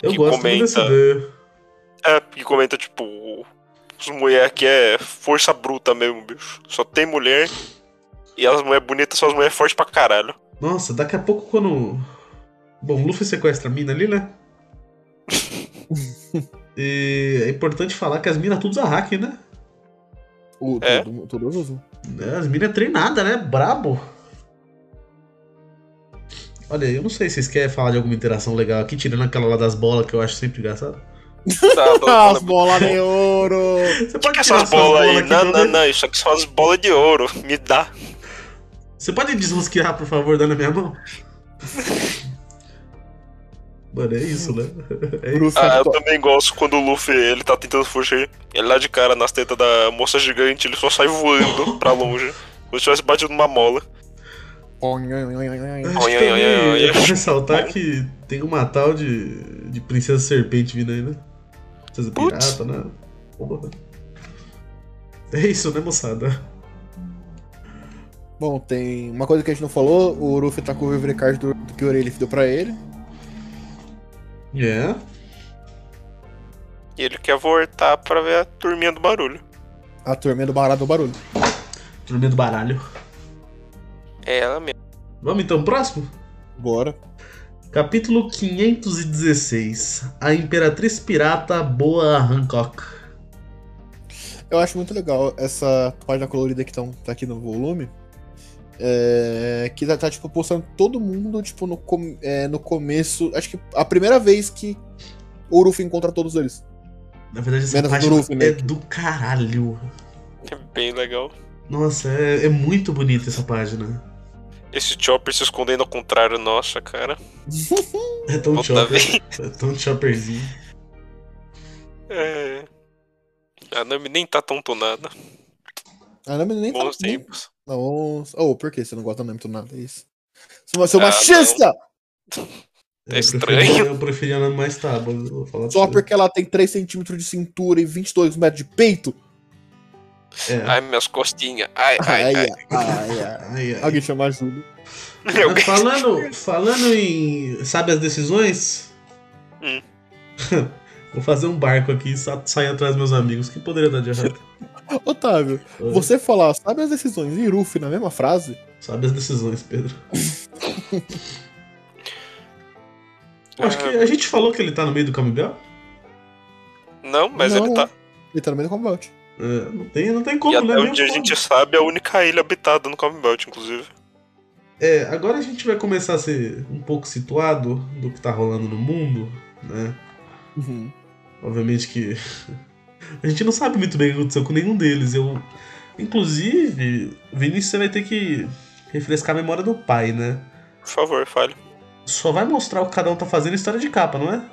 Speaker 2: Eu
Speaker 4: Que
Speaker 2: gosto
Speaker 4: comenta.
Speaker 2: muito dessa ideia.
Speaker 4: É, que comenta, tipo, as mulheres que é força bruta mesmo, bicho. Só tem mulher. E as mulheres bonitas são as mulheres fortes pra caralho.
Speaker 2: Nossa, daqui a pouco quando. Bom, o Luffy sequestra a mina ali, né? E é importante falar que as minas tudo Zahaki, né?
Speaker 3: O,
Speaker 4: É.
Speaker 3: todo, todo azul.
Speaker 2: É, As minas treinadas, né? Brabo. Olha, eu não sei se vocês querem falar de alguma interação legal aqui, tirando aquela lá das bolas que eu acho sempre engraçado.
Speaker 4: Tá,
Speaker 3: Ah, as bolas de ouro!
Speaker 2: Você
Speaker 4: O que,
Speaker 2: pode
Speaker 4: que é
Speaker 2: tirar
Speaker 4: essas bolas aí?
Speaker 2: aqui
Speaker 4: Não,
Speaker 2: do-
Speaker 4: não, não, isso aqui são as bolas de ouro. Me dá.
Speaker 2: Você pode desrosquear, por favor, dando na minha mão? Mano, é isso, né?
Speaker 3: O é Luffy
Speaker 4: Ah, eu
Speaker 3: acorda.
Speaker 4: também gosto quando o Luffy ele tá tentando fugir. Ele lá de cara nas tetas da moça gigante, ele só sai voando pra longe. Como se tivesse batido numa mola.
Speaker 2: Acho
Speaker 4: Oi,
Speaker 2: que
Speaker 4: oi, oi,
Speaker 2: também é
Speaker 4: oi, oi.
Speaker 2: pra ressaltar que tem uma tal de, de princesa serpente vindo aí, né? Princesa
Speaker 4: Putz.
Speaker 2: pirata, né? Porra. É isso, né, moçada?
Speaker 3: Bom, tem uma coisa que a gente não falou: o Luffy tá com o Reverie Card do, do que o Orelha deu pra ele.
Speaker 2: É.
Speaker 4: E ele quer voltar pra ver a turminha do barulho.
Speaker 3: A turminha do barato do barulho.
Speaker 2: Turminha do baralho.
Speaker 4: É ela mesmo.
Speaker 2: Vamos então, próximo?
Speaker 3: Bora.
Speaker 2: Capítulo 516. A Imperatriz Pirata Boa Hancock.
Speaker 3: Eu acho muito legal essa página colorida que tão, tá aqui no volume. é, que tá, tá, tipo, postando todo mundo, tipo, no, com- é, no começo. Acho que a primeira vez que o Luffy encontra todos eles.
Speaker 2: Na verdade, essa
Speaker 3: Menos do
Speaker 2: página
Speaker 3: Luffy, né?
Speaker 2: é do caralho.
Speaker 4: É bem legal.
Speaker 2: Nossa, é, é muito bonita essa página.
Speaker 4: Esse Chopper se escondendo ao contrário, nossa, cara.
Speaker 2: É tão
Speaker 4: Puta
Speaker 2: chopper. É tão chopperzinho.
Speaker 4: É. A Nami nem tá tão tonada.
Speaker 3: A Nami Ah, nem tá
Speaker 4: Bons
Speaker 3: nem-
Speaker 4: tempos.
Speaker 3: Nossa. Oh, por que você não gosta da Nami do nada? É isso. Seu, ma- seu
Speaker 4: Ah,
Speaker 3: machista!
Speaker 4: Tá
Speaker 2: Eu
Speaker 4: estranho.
Speaker 2: preferia- Eu preferia não mais tábua. eu Vou falar pra
Speaker 3: Só
Speaker 2: você.
Speaker 3: porque ela tem 3 centímetros de cintura e 22 metros de peito?
Speaker 2: É.
Speaker 4: Ai, minhas costinhas. Ai, ai,
Speaker 3: Ai,
Speaker 4: ai.
Speaker 3: ai, ai, ai.
Speaker 2: Ai, ai.
Speaker 3: Alguém chama ajuda.
Speaker 2: Ah, Falando, falando em. Sabe as decisões?
Speaker 4: Hum.
Speaker 2: Vou fazer um barco aqui e sa- sair atrás dos meus amigos. que poderia dar de errado?
Speaker 3: Otávio, você falar, sabe as decisões e Ruffy na mesma frase?
Speaker 2: Sabe as decisões, Pedro.
Speaker 4: Ah,
Speaker 2: Acho que a gente falou que ele tá no meio do camibel?
Speaker 4: Não, mas
Speaker 3: Não,
Speaker 4: ele tá.
Speaker 3: Ele tá no meio do combate.
Speaker 2: É, não, tem, não tem
Speaker 4: E
Speaker 2: como, né?
Speaker 4: até
Speaker 2: Nem
Speaker 4: onde a
Speaker 2: foda.
Speaker 4: gente sabe, é a única ilha habitada no Common Belt, inclusive.
Speaker 2: É, agora a gente vai começar a ser um pouco situado do que tá rolando no mundo, né?
Speaker 3: Uhum.
Speaker 2: Obviamente que a gente não sabe muito bem o que aconteceu com nenhum deles. Eu, inclusive, Vinícius, você vai ter que refrescar a memória do pai, né?
Speaker 4: Por favor, fale.
Speaker 2: Só vai mostrar o que cada um tá fazendo em história de capa, não é?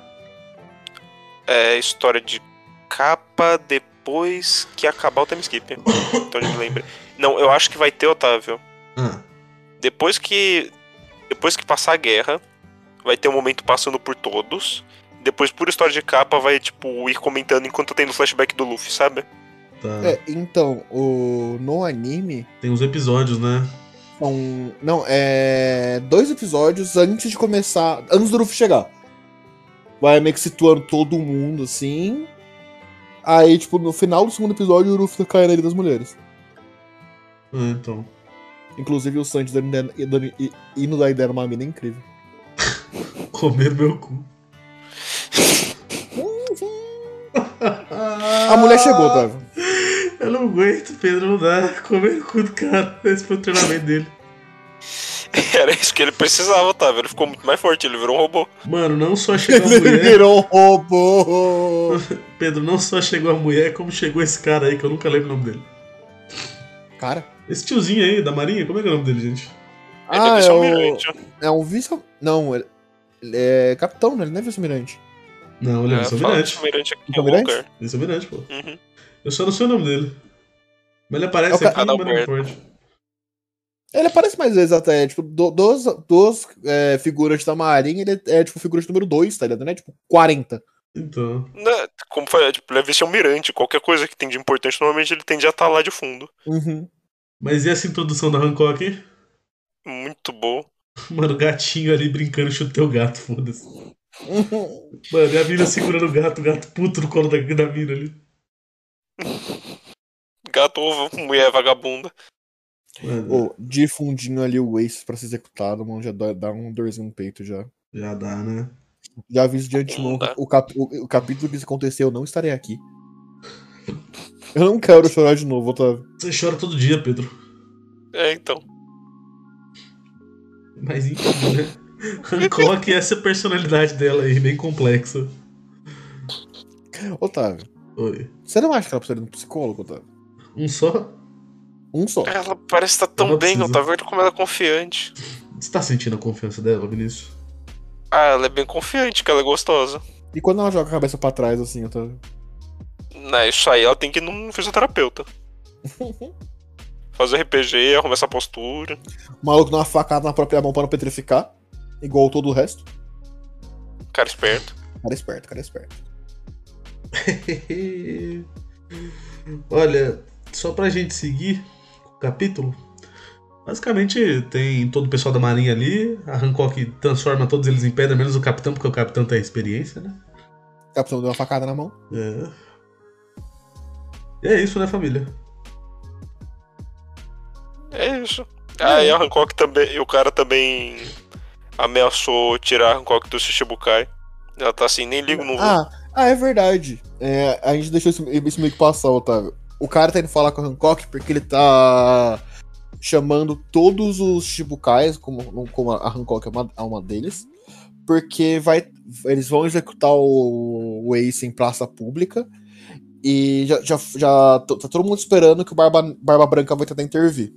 Speaker 4: É história de capa depois que acabar o time skip. Então eu me lembro. Não, eu acho que vai ter, Otávio.
Speaker 2: Ah,
Speaker 4: Depois que. Depois que passar a guerra, vai ter um momento passando por todos. Depois, por história de capa, vai, tipo, ir comentando enquanto tem no flashback do Luffy, sabe?
Speaker 2: tá.
Speaker 3: É, então, o, no anime.
Speaker 2: Tem uns episódios, né?
Speaker 3: São. Um, Não, é. Dois episódios antes de começar. Antes do Ruffy chegar. Vai meio que situando todo mundo, assim. Aí, tipo, no final do segundo episódio, o Ruffy cai na Ilha das Mulheres.
Speaker 2: Ah, então.
Speaker 3: Inclusive o Sanji dando, ideia- dando, i- indo da ideia numa mina é incrível.
Speaker 2: Comer meu cu.
Speaker 3: A mulher chegou, Davi.
Speaker 2: Eu não aguento, Pedro, não dá. Comer o cu do cara. Esse foi o treinamento dele.
Speaker 4: Era isso que ele precisava, tá? Ele ficou muito mais forte, ele virou um robô.
Speaker 2: Mano, não só chegou a
Speaker 3: Ele
Speaker 2: mulher.
Speaker 3: virou um robô.
Speaker 2: Pedro, não só chegou a mulher, como chegou esse cara aí, que eu nunca lembro o nome dele.
Speaker 3: Cara.
Speaker 2: Esse tiozinho aí, da Marinha, como é que é o nome dele, gente?
Speaker 3: Ah,
Speaker 4: Ele é
Speaker 3: é o...
Speaker 4: vice-almirante.
Speaker 3: É um vice... Não, ele... ele é capitão, né? Ele não é vice-almirante.
Speaker 2: Não, ele é
Speaker 4: É,
Speaker 3: um
Speaker 4: fala
Speaker 2: vice-almirante.
Speaker 4: vice-almirante aqui em algum
Speaker 3: Vice-almirante?
Speaker 4: lugar.
Speaker 2: Vice-almirante, pô.
Speaker 4: Uhum.
Speaker 2: Eu só não sei o nome dele. Mas ele
Speaker 3: É o
Speaker 2: aparece
Speaker 3: ca-
Speaker 2: aqui no
Speaker 4: Adalberto.
Speaker 2: Maniport.
Speaker 3: Ele aparece mais vezes até, tipo, do, dos, dos é, figurantes da Marinha, ele é, tipo, figurante número 2, tá ligado? Não é, tipo, 40.
Speaker 2: Então.
Speaker 4: Né, Como foi, é, tipo, ele é vice-almirante. Qualquer coisa que tem de importante, normalmente ele tende a estar lá de fundo.
Speaker 3: Uhum.
Speaker 2: Mas e essa introdução da Hancock, hein?
Speaker 4: Muito bom.
Speaker 2: Mano, o gatinho ali brincando, chutei o gato, foda-se. Mano, e a mina segurando o gato, o gato puto no colo da, da mina ali.
Speaker 4: Gato, ovo, mulher, vagabunda.
Speaker 2: Mano,
Speaker 3: Ô, difundindo ali o Ace pra ser executado, mano, já dá, dá um dorzinho no peito já.
Speaker 2: já dá, né?
Speaker 3: Já aviso de antemão,
Speaker 4: Não dá.
Speaker 3: o, cap, o, o capítulo que isso aconteceu, eu não estarei aqui. Eu não quero chorar de novo, Otávio.
Speaker 2: Você chora todo dia, Pedro.
Speaker 4: É, então.
Speaker 2: Mas enfim, né? Hancock e essa personalidade dela aí, bem complexa.
Speaker 3: Otávio,
Speaker 2: Oi.
Speaker 3: você não acha que ela precisa de um psicólogo, Otávio?
Speaker 2: Um só?
Speaker 3: Um só.
Speaker 4: Ela parece estar tão
Speaker 2: Ela
Speaker 4: bem, não
Speaker 2: precisa.
Speaker 4: tá vendo como ela é confiante.
Speaker 2: Você tá sentindo a confiança dela, Vinícius?
Speaker 4: Ah, ela é bem confiante, que ela é gostosa.
Speaker 3: E quando ela joga a cabeça pra trás, assim, Otávio?
Speaker 4: Não, Né, isso aí ela tem que ir num fisioterapeuta. Fazer RPG, arrumar essa postura.
Speaker 3: O maluco dá uma facada na própria mão pra não petrificar, igual todo o resto.
Speaker 4: Cara esperto.
Speaker 3: Cara esperto, cara esperto.
Speaker 2: Olha, só pra gente seguir o capítulo. Basicamente tem todo o pessoal da marinha ali, a Hancock transforma todos eles em pedra, menos o capitão, porque o capitão tem a experiência, né?
Speaker 3: O capitão deu Tá uma facada na mão.
Speaker 2: É. E é isso, né, família?
Speaker 4: É isso. Ah, e a Hancock também. E o cara também ameaçou tirar a Hancock do Shishibukai. Ela tá assim, nem ligo, não vou.
Speaker 3: Ah, ah, é verdade. É, a gente deixou isso, isso meio que passar, Otávio. O cara tá indo falar com o Hancock porque ele tá chamando todos os Shibukais, como, como a Hancock é uma, é uma deles, porque vai, eles vão executar o, o Ace em praça pública. E já, já, já t- tá todo mundo esperando que o Barba, Barba Branca vai tentar intervir.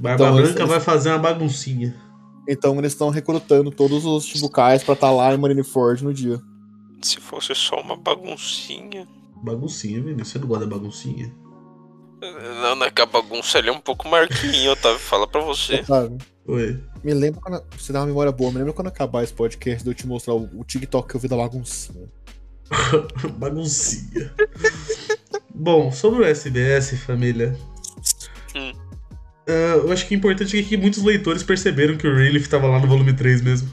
Speaker 2: Barba
Speaker 3: Então,
Speaker 2: Branca
Speaker 3: esse- esse-
Speaker 2: vai fazer uma baguncinha.
Speaker 3: Então eles estão recrutando todos os Shibukais pra estar lá em Marineford no dia.
Speaker 4: Se fosse só uma baguncinha.
Speaker 2: Baguncinha, Vinícius. Você não gosta da baguncinha?
Speaker 4: Não, não é que a bagunça ali é um pouco marquinho, Otávio. Fala pra você.
Speaker 3: Otávio.
Speaker 2: Oi.
Speaker 3: Me lembra quando. Você dá uma memória boa, me lembra quando acabar esse podcast de eu te mostrar o, o TikTok que eu vi da baguncinha.
Speaker 2: baguncinha. Bom, sobre o SBS, família.
Speaker 4: Hum.
Speaker 2: Ah, eu acho que o importante é que muitos leitores perceberam que o Relief tava lá no volume 3 mesmo.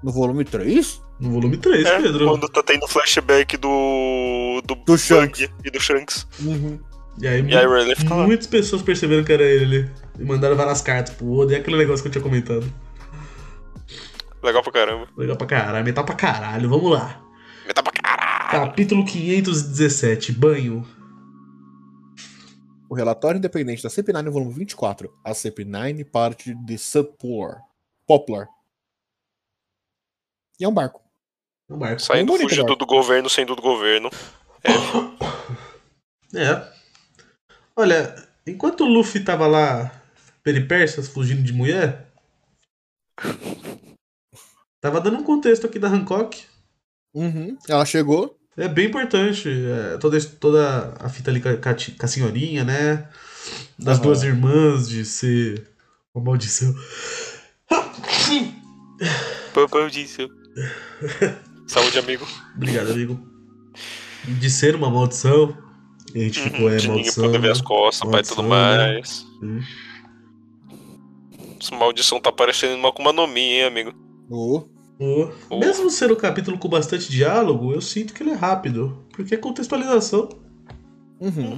Speaker 3: No volume 3?
Speaker 2: No volume 3,
Speaker 4: É,
Speaker 2: Pedro.
Speaker 4: quando tá tendo flashback do.
Speaker 3: Do
Speaker 4: do, Bug e do Shanks.
Speaker 3: Uhum.
Speaker 2: E aí,
Speaker 4: E aí o Rayleigh fica lá.
Speaker 2: muitas pessoas perceberam que era ele ali. E mandaram várias cartas pro outro. E aquele negócio que eu tinha comentado.
Speaker 4: Legal pra caramba.
Speaker 2: Legal pra caralho, metal pra caralho, vamos lá.
Speaker 4: Meta pra caralho.
Speaker 2: Capítulo 517, banho.
Speaker 3: O relatório independente da CP9 no volume 24. A CP9 parte de Subpolar. Poplar. E é um barco.
Speaker 2: No barco.
Speaker 4: Saindo
Speaker 3: Bonito,
Speaker 4: fugido
Speaker 3: cara.
Speaker 4: do governo, saindo do governo.
Speaker 2: É. Olha, enquanto o Luffy tava lá, peripécias, fugindo de mulher. Tava dando um contexto aqui da Hancock.
Speaker 3: Uhum. Ela chegou.
Speaker 2: É bem importante. é, toda, esse- toda a fita ali com a, com a ti- com a senhorinha, né? Das
Speaker 3: Aham.
Speaker 2: duas irmãs, de ser uma maldição.
Speaker 4: Papai disse. Saúde, amigo.
Speaker 2: Obrigado, amigo. De ser uma maldição. E a gente ficou, é,
Speaker 4: Uhum, de ninguém
Speaker 2: maldição.
Speaker 4: poder ver
Speaker 2: né?
Speaker 4: as costas, pai, tudo
Speaker 2: maldição, né?
Speaker 4: mais. Essa maldição tá parecendo uma Akuma no Mi, hein, amigo?
Speaker 3: Ô,
Speaker 2: Ô,
Speaker 4: Ô.
Speaker 2: Mesmo sendo um capítulo com bastante diálogo, eu sinto que ele é rápido. Porque é contextualização.
Speaker 3: Uhum.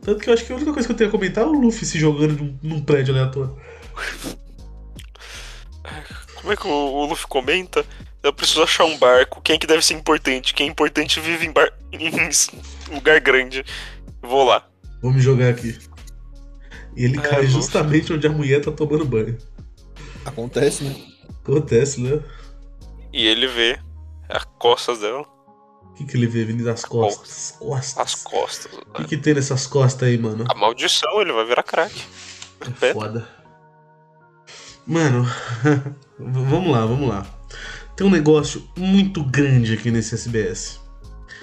Speaker 2: Tanto que eu acho que a única coisa que eu tenho a comentar é o Luffy se jogando num, num prédio aleatório.
Speaker 4: Como é que o, o Luffy comenta? Eu preciso achar um barco. Quem que deve ser importante? Quem é importante vive em, bar... em lugar grande. Vou lá.
Speaker 2: Vamos jogar aqui. E ele
Speaker 4: É,
Speaker 2: cai
Speaker 4: vamos.
Speaker 2: justamente onde a mulher tá tomando banho.
Speaker 3: Acontece, né?
Speaker 2: Acontece, né?
Speaker 4: E ele vê as costas dela.
Speaker 2: O que, que ele vê vindo das costas?
Speaker 4: As
Speaker 2: Costas.
Speaker 4: costas.
Speaker 2: O que, que tem nessas costas aí, mano?
Speaker 4: A maldição, ele vai virar crack.
Speaker 2: É
Speaker 4: É.
Speaker 2: foda. Mano, v- vamos lá, vamos lá. Tem um negócio muito grande aqui nesse SBS.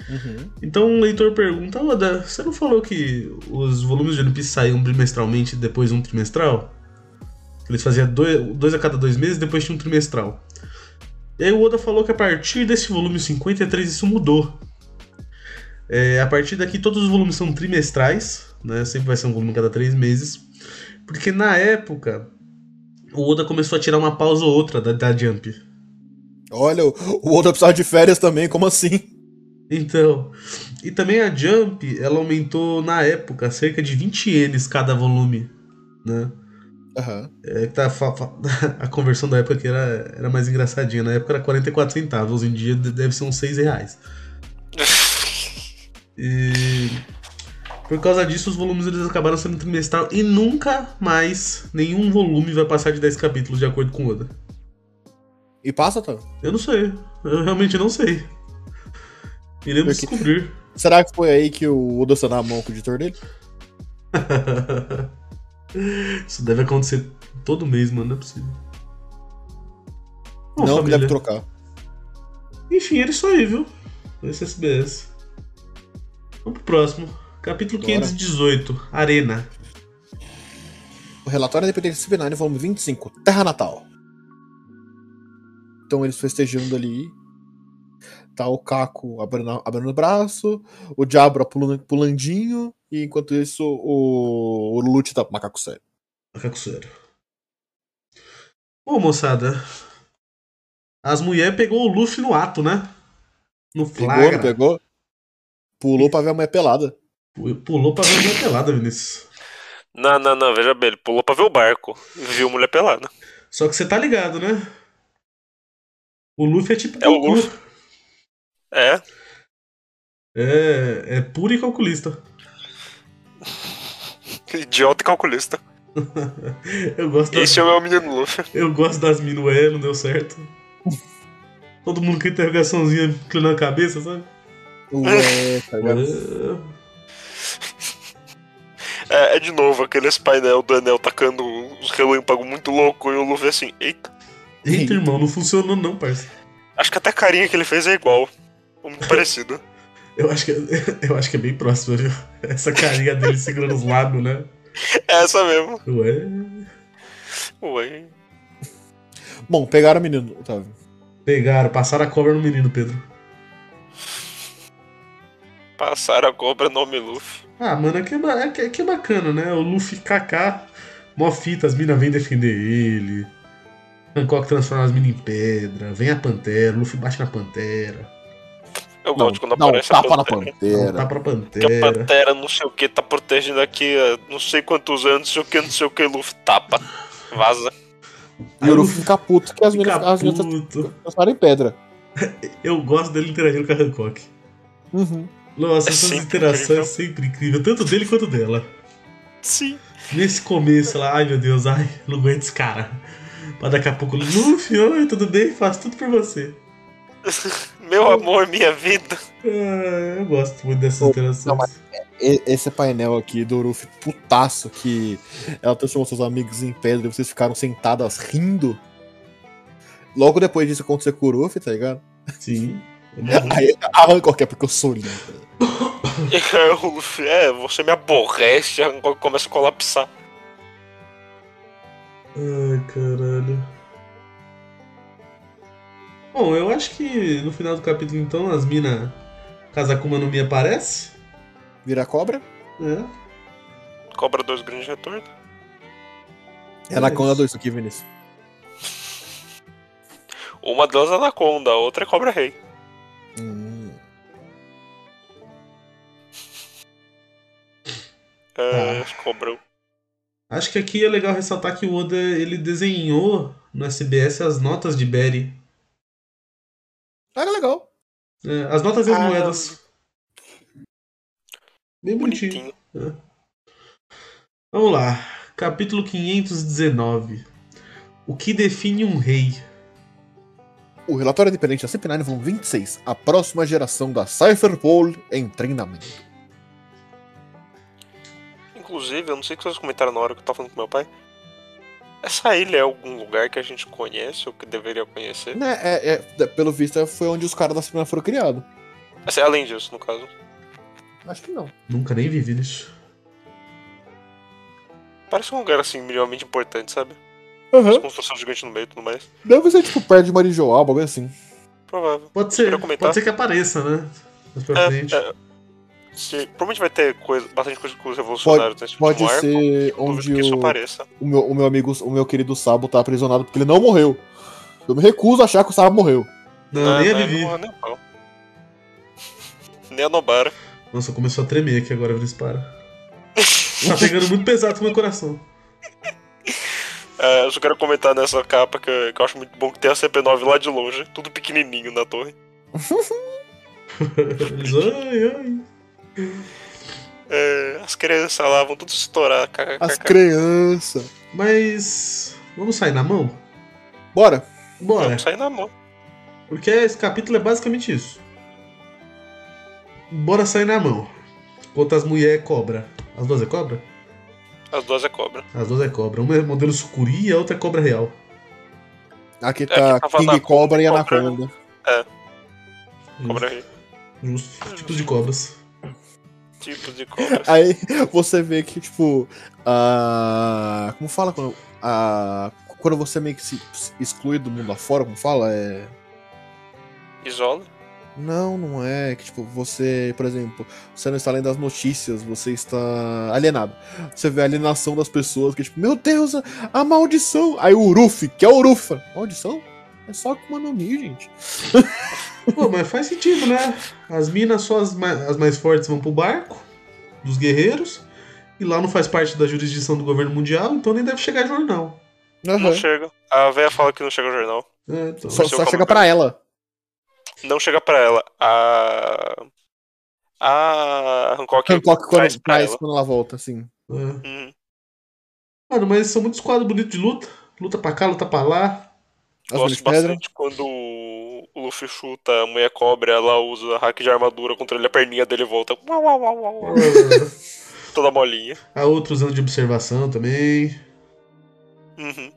Speaker 3: Uhum.
Speaker 2: Então um leitor pergunta, Oda, você não falou que os volumes de One Piece saíam trimestralmente e depois um trimestral? Que Eles faziam dois, dois a cada dois meses depois tinha um trimestral. E aí o Oda falou que a partir desse volume 53 isso mudou. É, a partir daqui todos os volumes são trimestrais, né? Sempre vai ser um volume a cada três meses. Porque na época o Oda começou a tirar uma pausa ou outra da, da Jump.
Speaker 3: Olha, o o Oda precisava de férias também, como assim?
Speaker 2: Então, e também a Jump, ela aumentou na época cerca de 20 ienes cada volume, né?
Speaker 3: Aham.
Speaker 2: É, que tá, fa- fa- a conversão da época que era, era mais engraçadinha, na época era 44 centavos, hoje em dia de- deve ser uns 6 reais. E por causa disso, os volumes eles acabaram sendo trimestral e nunca mais nenhum volume vai passar de 10 capítulos, de acordo com o Oda.
Speaker 3: E passa, tá?
Speaker 2: Eu não sei, eu realmente não sei. Iremos
Speaker 3: Porque-
Speaker 2: descobrir.
Speaker 3: Será que foi aí que o Oda sanou a mão com o editor dele?
Speaker 2: Isso deve acontecer todo mês, mano, não é possível. Bom,
Speaker 3: não, que
Speaker 2: família.
Speaker 3: deve trocar.
Speaker 2: Enfim, era isso aí, viu? Esse SBS. Vamos pro próximo. Capítulo
Speaker 3: Bora.
Speaker 2: 518, Arena.
Speaker 3: O relatório da independência disciplinar, volume 25, Terra Natal. Então eles festejando ali. Tá o Caco abrindo, abrindo o braço, o Diabra pulando, pulandinho, e enquanto isso o, o Lute tá macaco sério.
Speaker 2: Macaco sério. Ô, moçada. As mulheres pegou o Luffy no ato, né? No
Speaker 3: Pegou, não
Speaker 2: flagra.
Speaker 3: pegou? Pulou pra ver a mulher pelada.
Speaker 2: Pulou pra ver a pelada, Vinícius.
Speaker 4: não, não, não. Veja bem, ele pulou pra ver o barco. Viu mulher pelada.
Speaker 2: Só que você tá ligado, né? O Luffy é tipo
Speaker 4: É o
Speaker 2: Goku.
Speaker 4: Luffy. É,
Speaker 2: É, é puro e calculista.
Speaker 4: idiota e calculista.
Speaker 2: Eu gosto, das,
Speaker 4: Esse é o meu menino Luffy.
Speaker 2: eu gosto das minué, não deu certo. Todo mundo com interrogaçãozinha inclinando a cabeça, sabe?
Speaker 4: Ah.
Speaker 3: Ué, tá ligado?
Speaker 2: É,
Speaker 4: É, é de novo aqueles painel do Enel tacando os relâmpagos muito louco e o Luffy assim, eita.
Speaker 2: Eita, irmão, não funcionou não, parça.
Speaker 4: Acho que até a carinha que ele fez é igual. Muito parecido.
Speaker 2: Eu acho que, eu acho que é bem próximo, viu? Essa carinha dele segurando os lábios, né?
Speaker 4: É essa mesmo. Tipo,
Speaker 2: Ué.
Speaker 4: Ué.
Speaker 3: Bom, pegaram o menino, tá. Otávio.
Speaker 2: Pegaram, passaram a cobra no menino, Pedro.
Speaker 4: Passaram a cobra nome Luffy.
Speaker 2: Ah, mano, aqui é, ba- é, que- é que é bacana, né? O Luffy Kaká, mó fita, as minas vêm defender ele. Hancock transforma as minas em pedra. Vem a pantera, o Luffy bate na pantera.
Speaker 4: Eu
Speaker 3: Não,
Speaker 4: gosto quando
Speaker 3: não,
Speaker 4: aparece
Speaker 3: tapa
Speaker 4: a
Speaker 3: na
Speaker 4: pantera.
Speaker 2: Dá
Speaker 3: pantera.
Speaker 2: tá pra
Speaker 4: Que a
Speaker 2: pantera.
Speaker 4: pantera, não sei o que, tá protegendo aqui há não sei quantos anos, não sei o que, não sei o que, Luffy tapa. Vaza.
Speaker 3: E o Luffy fica puto que as meninas
Speaker 2: Fica
Speaker 3: as meninas
Speaker 2: puto.
Speaker 3: transformaram tá em pedra.
Speaker 2: Eu gosto dele interagindo com a Hancock.
Speaker 3: Uhum.
Speaker 2: Nossa,
Speaker 4: É
Speaker 2: essas
Speaker 4: sempre
Speaker 2: interações
Speaker 4: incrível.
Speaker 2: é sempre incrível, tanto dele quanto dela.
Speaker 4: Sim.
Speaker 2: Nesse começo lá, ai meu Deus, ai, não aguento esse cara. Mas daqui a pouco, Luffy, oi, tudo bem? Faço tudo por você.
Speaker 4: Meu amor, é minha vida.
Speaker 2: Ah, eu gosto muito dessas
Speaker 3: Não,
Speaker 2: interações.
Speaker 3: mas- E- Esse painel aqui do Luffy putaço que ela transformou seus amigos em pedra e vocês ficaram sentadas rindo. Logo depois disso acontecer com o Luffy, tá ligado?
Speaker 2: Sim. é mó bom.
Speaker 3: Aí arrancou que é porque eu sou lindo.
Speaker 4: E aí o Luffy, é, você me aborrece, a Hancock começa a colapsar.
Speaker 2: Ai, caralho. Bom, eu acho que no final do capítulo, então, as minas Kazakuma no Mi aparece.
Speaker 3: Vira cobra?
Speaker 2: né?
Speaker 4: Cobra dois grandes retornos.
Speaker 3: É Anaconda 2 isso aqui, Vinícius.
Speaker 4: Uma delas é Anaconda, a outra é Cobra Rei.
Speaker 3: Hum.
Speaker 4: É,
Speaker 2: Ah.
Speaker 4: as cobra.
Speaker 2: Acho que aqui é legal ressaltar que o Oda ele desenhou no SBS as notas de Berry.
Speaker 3: Ah, legal.
Speaker 2: É, as notas e as
Speaker 4: Ah,
Speaker 2: moedas. Bem bonitinho.
Speaker 4: Bonitinho.
Speaker 2: Vamos lá. Capítulo 519. O que define um rei?
Speaker 3: O relatório independente da CP9, volume 26. A próxima geração da Cypherpol em treinamento.
Speaker 4: Inclusive, eu não sei o que vocês comentaram na hora que eu tava falando com meu pai. Essa ilha é algum lugar que a gente conhece ou que deveria conhecer?
Speaker 3: Né, é, é, pelo visto, foi onde os caras da CP9 foram criados.
Speaker 4: Assim, além disso, no caso.
Speaker 3: Acho que não.
Speaker 2: Nunca nem vivi isso.
Speaker 4: Parece um lugar assim minimamente importante, sabe?
Speaker 3: Aham.
Speaker 4: Construção gigante no meio e tudo mais.
Speaker 3: Deve ser tipo perto de Marijoá, algo assim.
Speaker 4: Provável.
Speaker 2: Pode ser,
Speaker 4: Queria comentar?
Speaker 2: pode ser que apareça, né? Mais pra frente.
Speaker 4: É, é. Se- provavelmente vai ter coisa, bastante coisa com os revolucionários nesse
Speaker 3: Pode
Speaker 4: último arco.
Speaker 3: ser
Speaker 4: Duvido
Speaker 3: onde
Speaker 4: que isso
Speaker 3: o,
Speaker 4: apareça.
Speaker 3: o meu, o meu amigo, o meu querido Sabo tá aprisionado porque ele não morreu. Eu me recuso a achar que o Sabo morreu.
Speaker 2: Não, nem a
Speaker 4: Ah, não,
Speaker 2: Vivi.
Speaker 4: É, não, nem a pau. Nem a Nobara.
Speaker 2: Nossa, começou a tremer aqui agora, Vinícius, para. Tá pegando muito pesado com o meu coração.
Speaker 4: É, eu só quero comentar nessa capa que, que eu acho muito bom que tem a CP9 lá de longe, tudo pequenininho na torre.
Speaker 2: Eles, ai, ai.
Speaker 4: É, as crianças lá vão tudo estourar.
Speaker 3: As
Speaker 4: kkkk.
Speaker 3: crianças.
Speaker 2: Mas. Vamos sair na mão?
Speaker 3: Bora. né?
Speaker 2: Bora.
Speaker 4: Vamos sair na mão.
Speaker 2: Porque esse capítulo é basicamente isso. Bora sair na mão. Enquanto as mulheres é cobra. As duas é cobra?
Speaker 4: As duas é cobra.
Speaker 2: As duas é cobra. Uma é modelo sucuri e a outra é cobra real.
Speaker 3: Aqui tá
Speaker 4: tava
Speaker 3: King
Speaker 4: Anaconda,
Speaker 3: Cobra e
Speaker 4: Cobra.
Speaker 3: Anaconda.
Speaker 4: Cobra rei.
Speaker 2: Justo. Tipos de cobras.
Speaker 4: Tipos Tipo de assim, cobras.
Speaker 3: Aí você vê que, tipo, a. Como fala quando. A... Quando você meio que se se exclui do mundo afora, como fala? É.
Speaker 4: Isola.
Speaker 3: Não, não é. Que, tipo, você, por exemplo, você não está lendo as notícias, você está alienado. Você vê a alienação das pessoas, que, tipo, meu Deus, a, a maldição! Aí o Uruf, que é o Urufa. Maldição? É só com uma mi, gente.
Speaker 2: Pô, mas faz sentido, né? As minas, só as mais, as mais fortes vão pro barco dos guerreiros. E lá não faz parte da jurisdição do governo mundial, então nem deve chegar jornal.
Speaker 4: Não
Speaker 3: Aham.
Speaker 4: chega. A véia fala que não chega o jornal.
Speaker 2: É, então.
Speaker 3: Só,
Speaker 4: Mas eu
Speaker 3: só
Speaker 4: como
Speaker 3: chega
Speaker 4: cara.
Speaker 3: pra ela.
Speaker 4: Não chega pra ela. A. A Hancock.
Speaker 3: Hancock quando
Speaker 4: traz
Speaker 3: traz,
Speaker 4: pra ela.
Speaker 3: quando ela volta, assim.
Speaker 2: É.
Speaker 4: Uhum.
Speaker 2: Mano, mas são muitos quadros bonitos de luta. Luta pra cá, luta pra lá.
Speaker 3: As
Speaker 4: Gosto
Speaker 3: mulheres de pedra.
Speaker 4: bastante quando o Luffy chuta a mulher cobra, ela usa hack de armadura contra ele, a perninha dele volta. Uau, uau, uau, uau, uau, toda molinha.
Speaker 2: A outra usando de observação também.
Speaker 4: Uhum.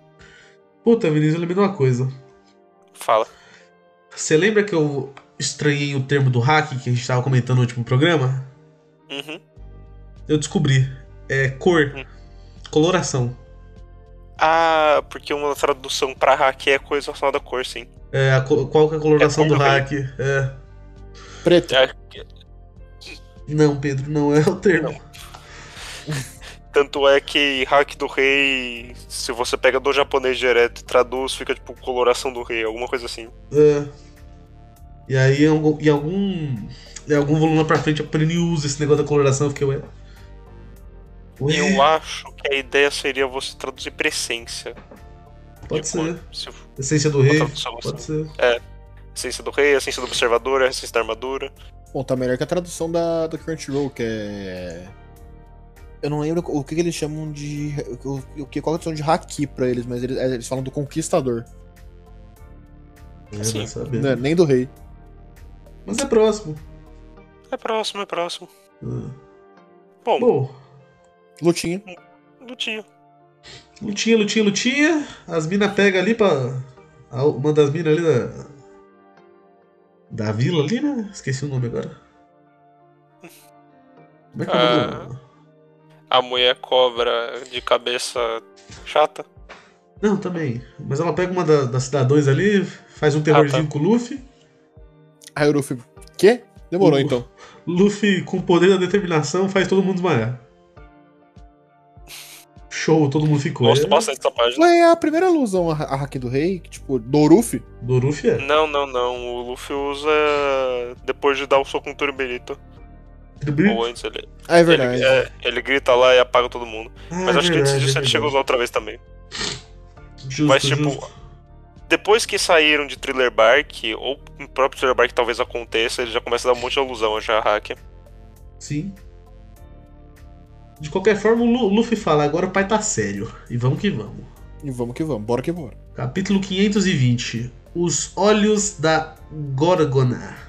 Speaker 2: Puta, Vinícius, eu lembrei de uma coisa.
Speaker 4: Fala.
Speaker 2: Você lembra que eu estranhei o termo do hack que a gente tava comentando no último programa?
Speaker 4: Uhum.
Speaker 2: Eu descobri. É cor. Coloração.
Speaker 4: Ah, porque uma tradução pra hack é coisa relacionada à cor, sim.
Speaker 2: É, a co- qual que é a coloração
Speaker 4: É
Speaker 2: do
Speaker 4: cor,
Speaker 2: hack? É.
Speaker 3: Preto.
Speaker 4: É,
Speaker 2: Não, Pedro, não é o termo.
Speaker 4: Tanto é que hack do rei, se você pega do japonês direto e traduz, fica tipo coloração do rei, alguma coisa assim.
Speaker 2: É. E aí, em algum, em algum, em algum volume lá pra frente, a Panini usa esse negócio da coloração, eu fiquei, ué. Ué,
Speaker 4: Eu acho que a ideia seria você traduzir presência.
Speaker 2: pode
Speaker 4: de
Speaker 2: ser.
Speaker 4: é cor. Se for
Speaker 2: Essência do
Speaker 4: uma
Speaker 2: rei,
Speaker 4: tradução assim.
Speaker 2: pode ser.
Speaker 4: Essência do rei, essência do observador, essência da armadura.
Speaker 3: Bom, tá melhor que a tradução da, da Crunchyroll, que é. Eu não lembro o que, que eles chamam de. O, o que, qual é a tradução de haki pra eles, mas eles, é, eles falam do conquistador,
Speaker 2: É,
Speaker 4: Sim.
Speaker 2: vai saber.
Speaker 3: né? nem do rei.
Speaker 2: Mas é próximo.
Speaker 4: É próximo, é próximo.
Speaker 2: É.
Speaker 4: Bom,
Speaker 2: Bom,
Speaker 3: Lutinha.
Speaker 4: Lutinho.
Speaker 2: lutinha, lutinha, lutinha. As minas pega ali pra. a- Uma das minas ali da. Da vila ali, né? Esqueci o nome agora. Como é que é o
Speaker 4: Ah.
Speaker 2: nome? do-
Speaker 4: A mulher cobra de cabeça chata.
Speaker 2: Não, também. Mas ela pega uma da- das cidadãos ali, faz um terrorzinho
Speaker 4: Ah, tá.
Speaker 2: com o Luffy.
Speaker 3: Aí o Ruffy. Quê? Demorou
Speaker 2: Uh.
Speaker 3: então.
Speaker 2: Luffy, com o poder da determinação, faz todo mundo desmaiar. Show, todo mundo ficou.
Speaker 4: Gosto
Speaker 2: É,
Speaker 4: bastante dessa página.
Speaker 3: Foi a primeira alusão a, a haki do rei, que, tipo, do Ruffy.
Speaker 2: Do Luffy é.
Speaker 4: Não, não, não. O Luffy usa depois de dar o soco no Turbilito.
Speaker 2: Tribri-
Speaker 4: Ou antes ele.
Speaker 3: Ah, é verdade.
Speaker 4: Ele, é, ele grita lá e apaga todo mundo.
Speaker 2: Ah,
Speaker 4: Mas acho que antes
Speaker 2: verdade,
Speaker 4: disso
Speaker 2: é
Speaker 4: ele chega
Speaker 2: verdade.
Speaker 4: a usar outra vez também.
Speaker 2: Justo,
Speaker 4: Mas tipo,
Speaker 2: justo.
Speaker 4: depois que saíram de Thriller Bark, ou o próprio Thriller Bark talvez aconteça, ele já começa a dar um monte de alusão a Jarrak.
Speaker 2: Sim. De qualquer forma, o Lu- Luffy fala, agora o pai tá sério. E vamos que vamos.
Speaker 3: E vamos que vamos, bora que bora.
Speaker 2: Capítulo 520. Os olhos da Gorgona.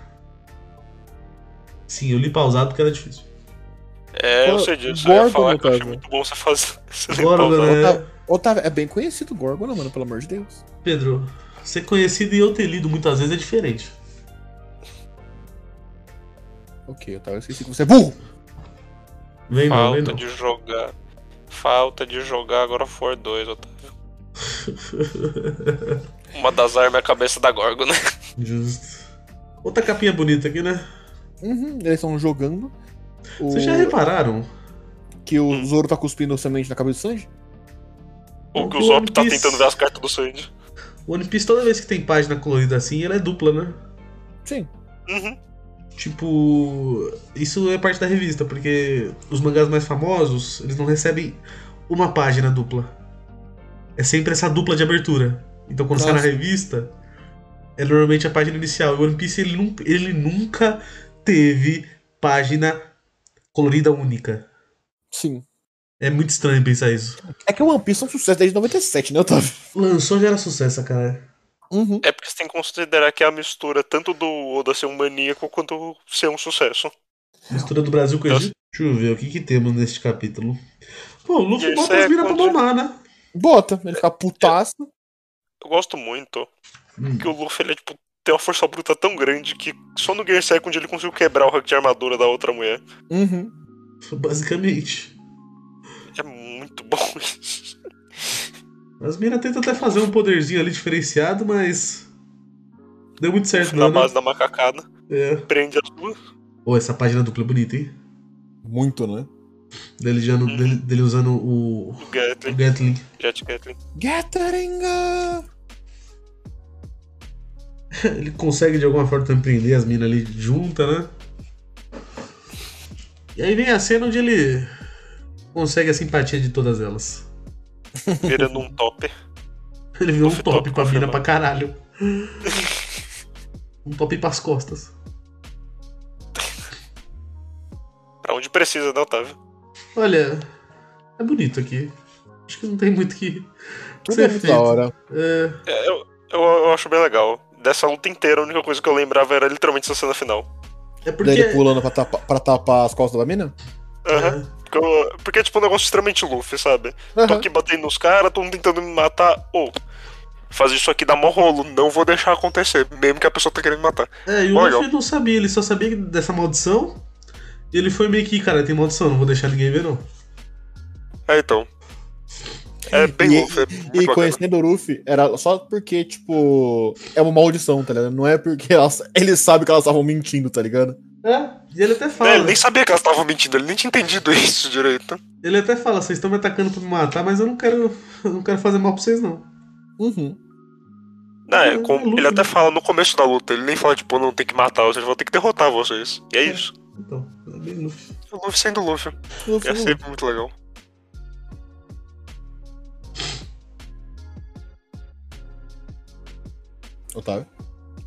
Speaker 2: Sim, eu li pausado porque era difícil.
Speaker 4: É, eu
Speaker 3: Pô,
Speaker 4: sei disso. Eu ia
Speaker 3: Gordon,
Speaker 4: falar que eu achei
Speaker 3: Otávio.
Speaker 4: muito bom você fazer. Você limpar o
Speaker 2: Gorgona,
Speaker 4: nome.
Speaker 2: é-
Speaker 3: Otávio, é bem conhecido o Gorgon, mano, pelo amor de Deus.
Speaker 2: Pedro, ser conhecido e eu ter lido muitas vezes é diferente.
Speaker 3: Ok, Otávio, eu esqueci que você é burro.
Speaker 2: Vem não, vem
Speaker 4: Falta
Speaker 2: não.
Speaker 4: de jogar. Falta de jogar agora for 2, Otávio. Uma das armas é a cabeça da Gorgo, né?
Speaker 2: Justo. Outra capinha bonita aqui, né?
Speaker 3: Uhum, eles estão jogando. O...
Speaker 2: Vocês já repararam?
Speaker 3: Que o
Speaker 4: Hum.
Speaker 3: Zoro tá cuspindo semente na cabeça do Sanji?
Speaker 4: O que o
Speaker 2: One
Speaker 4: Zop tá
Speaker 2: Piece.
Speaker 4: tentando ver as cartas do Sandy.
Speaker 2: O One Piece, toda vez que tem página colorida assim, ela é dupla, né?
Speaker 3: Sim.
Speaker 4: Uhum.
Speaker 2: Tipo, isso é parte da revista, porque os mangás mais famosos, eles não recebem uma página dupla. É sempre essa dupla de abertura. Então quando sai na
Speaker 3: Nossa.
Speaker 2: revista, é normalmente a página inicial. E o One Piece, ele nunca, ele nunca teve página colorida única.
Speaker 3: Sim.
Speaker 2: É muito estranho pensar isso.
Speaker 3: É que o One Piece é um sucesso desde 97, né, Otávio?
Speaker 2: Lançou já era sucesso, cara.
Speaker 3: Uhum.
Speaker 4: É porque você tem que considerar que é a mistura tanto do Oda ser um maníaco quanto ser um sucesso.
Speaker 2: Mistura do Brasil
Speaker 4: Então,
Speaker 2: com o Egito. Deixa eu ver o que, que temos neste capítulo. Pô, o
Speaker 4: E
Speaker 2: Luffy
Speaker 4: isso
Speaker 2: bota
Speaker 4: é
Speaker 2: as miras pra
Speaker 4: quando-
Speaker 2: bombar, né?
Speaker 3: Bota, ele fica putaço.
Speaker 4: Eu gosto muito
Speaker 2: Hum.
Speaker 4: que o Luffy, ele é, tipo, tem uma força bruta tão grande que só no Gear Second ele conseguiu quebrar o hack de armadura da outra mulher.
Speaker 3: Uhum.
Speaker 2: Basicamente.
Speaker 4: É muito bom isso.
Speaker 2: As minas tentam até fazer um poderzinho ali diferenciado, mas. Deu muito certo,
Speaker 4: Na
Speaker 2: não. né?
Speaker 4: base da macacada.
Speaker 2: É.
Speaker 4: Prende as duas.
Speaker 2: Ô, essa página dupla é bonita, hein?
Speaker 3: Muito, né?
Speaker 2: Dele, já no-
Speaker 4: Uhum.
Speaker 2: dele, dele usando o.
Speaker 4: O
Speaker 2: o
Speaker 4: Gatling,
Speaker 2: Gatling.
Speaker 4: Jet Gatling.
Speaker 3: Gataringa!
Speaker 2: Ele consegue de alguma forma também prender as minas ali junta, né? E aí vem a cena onde ele consegue a simpatia de todas elas.
Speaker 4: Virando um top.
Speaker 2: Ele virou um
Speaker 4: Top,
Speaker 2: top pra mina
Speaker 4: confirmado.
Speaker 2: pra caralho. Um top pras costas.
Speaker 4: Pra onde precisa, né, Otávio?
Speaker 2: Olha, é bonito aqui. Acho que não tem muito o que.
Speaker 3: Tudo
Speaker 2: ser
Speaker 3: é muito
Speaker 2: feito.
Speaker 3: da hora.
Speaker 2: É,
Speaker 4: É, eu, eu, eu acho bem legal. Dessa luta inteira, a única coisa que eu lembrava era literalmente essa cena final.
Speaker 2: é
Speaker 3: Daí
Speaker 2: porque. é,
Speaker 3: ele pulando pra tapar, pra tapar as costas da mina?
Speaker 4: Aham. Porque, eu- porque é tipo um negócio extremamente Luffy, sabe? Tô
Speaker 3: Aham.
Speaker 4: aqui batendo nos caras, tô tentando me matar. Ou, fazer isso aqui dá mó rolo, não vou deixar acontecer, mesmo que a pessoa tá querendo me matar.
Speaker 2: É, e o
Speaker 4: Olha,
Speaker 2: Luffy não sabia, ele só sabia dessa maldição. E ele foi meio que, cara, tem maldição, não vou deixar ninguém ver, não.
Speaker 4: É, então. É bem
Speaker 3: E-
Speaker 4: Luffy, é muito
Speaker 3: E
Speaker 4: bacana.
Speaker 3: conhecendo o Ruffy, era só porque, tipo, é uma maldição, tá ligado? Não é porque elas, ele sabe que elas estavam mentindo, tá ligado?
Speaker 2: É, e ele até
Speaker 4: É,
Speaker 2: fala.
Speaker 4: ele nem sabia que elas estavam mentindo, ele nem tinha entendido isso direito.
Speaker 2: Ele até fala, vocês estão me atacando pra me matar, mas eu não quero. Eu não quero fazer mal pra vocês, não.
Speaker 3: Uhum.
Speaker 4: Não, é,
Speaker 2: É,
Speaker 4: com-
Speaker 2: é Luffy,
Speaker 4: ele até
Speaker 2: né?
Speaker 4: fala no começo da luta, ele nem fala, tipo, não tem que matar, vocês vão ter que derrotar vocês. E é isso.
Speaker 2: Então, é bem Luffy.
Speaker 4: O Luffy sendo Luffy.
Speaker 3: Luffy,
Speaker 4: É sempre muito legal.
Speaker 3: Otávio.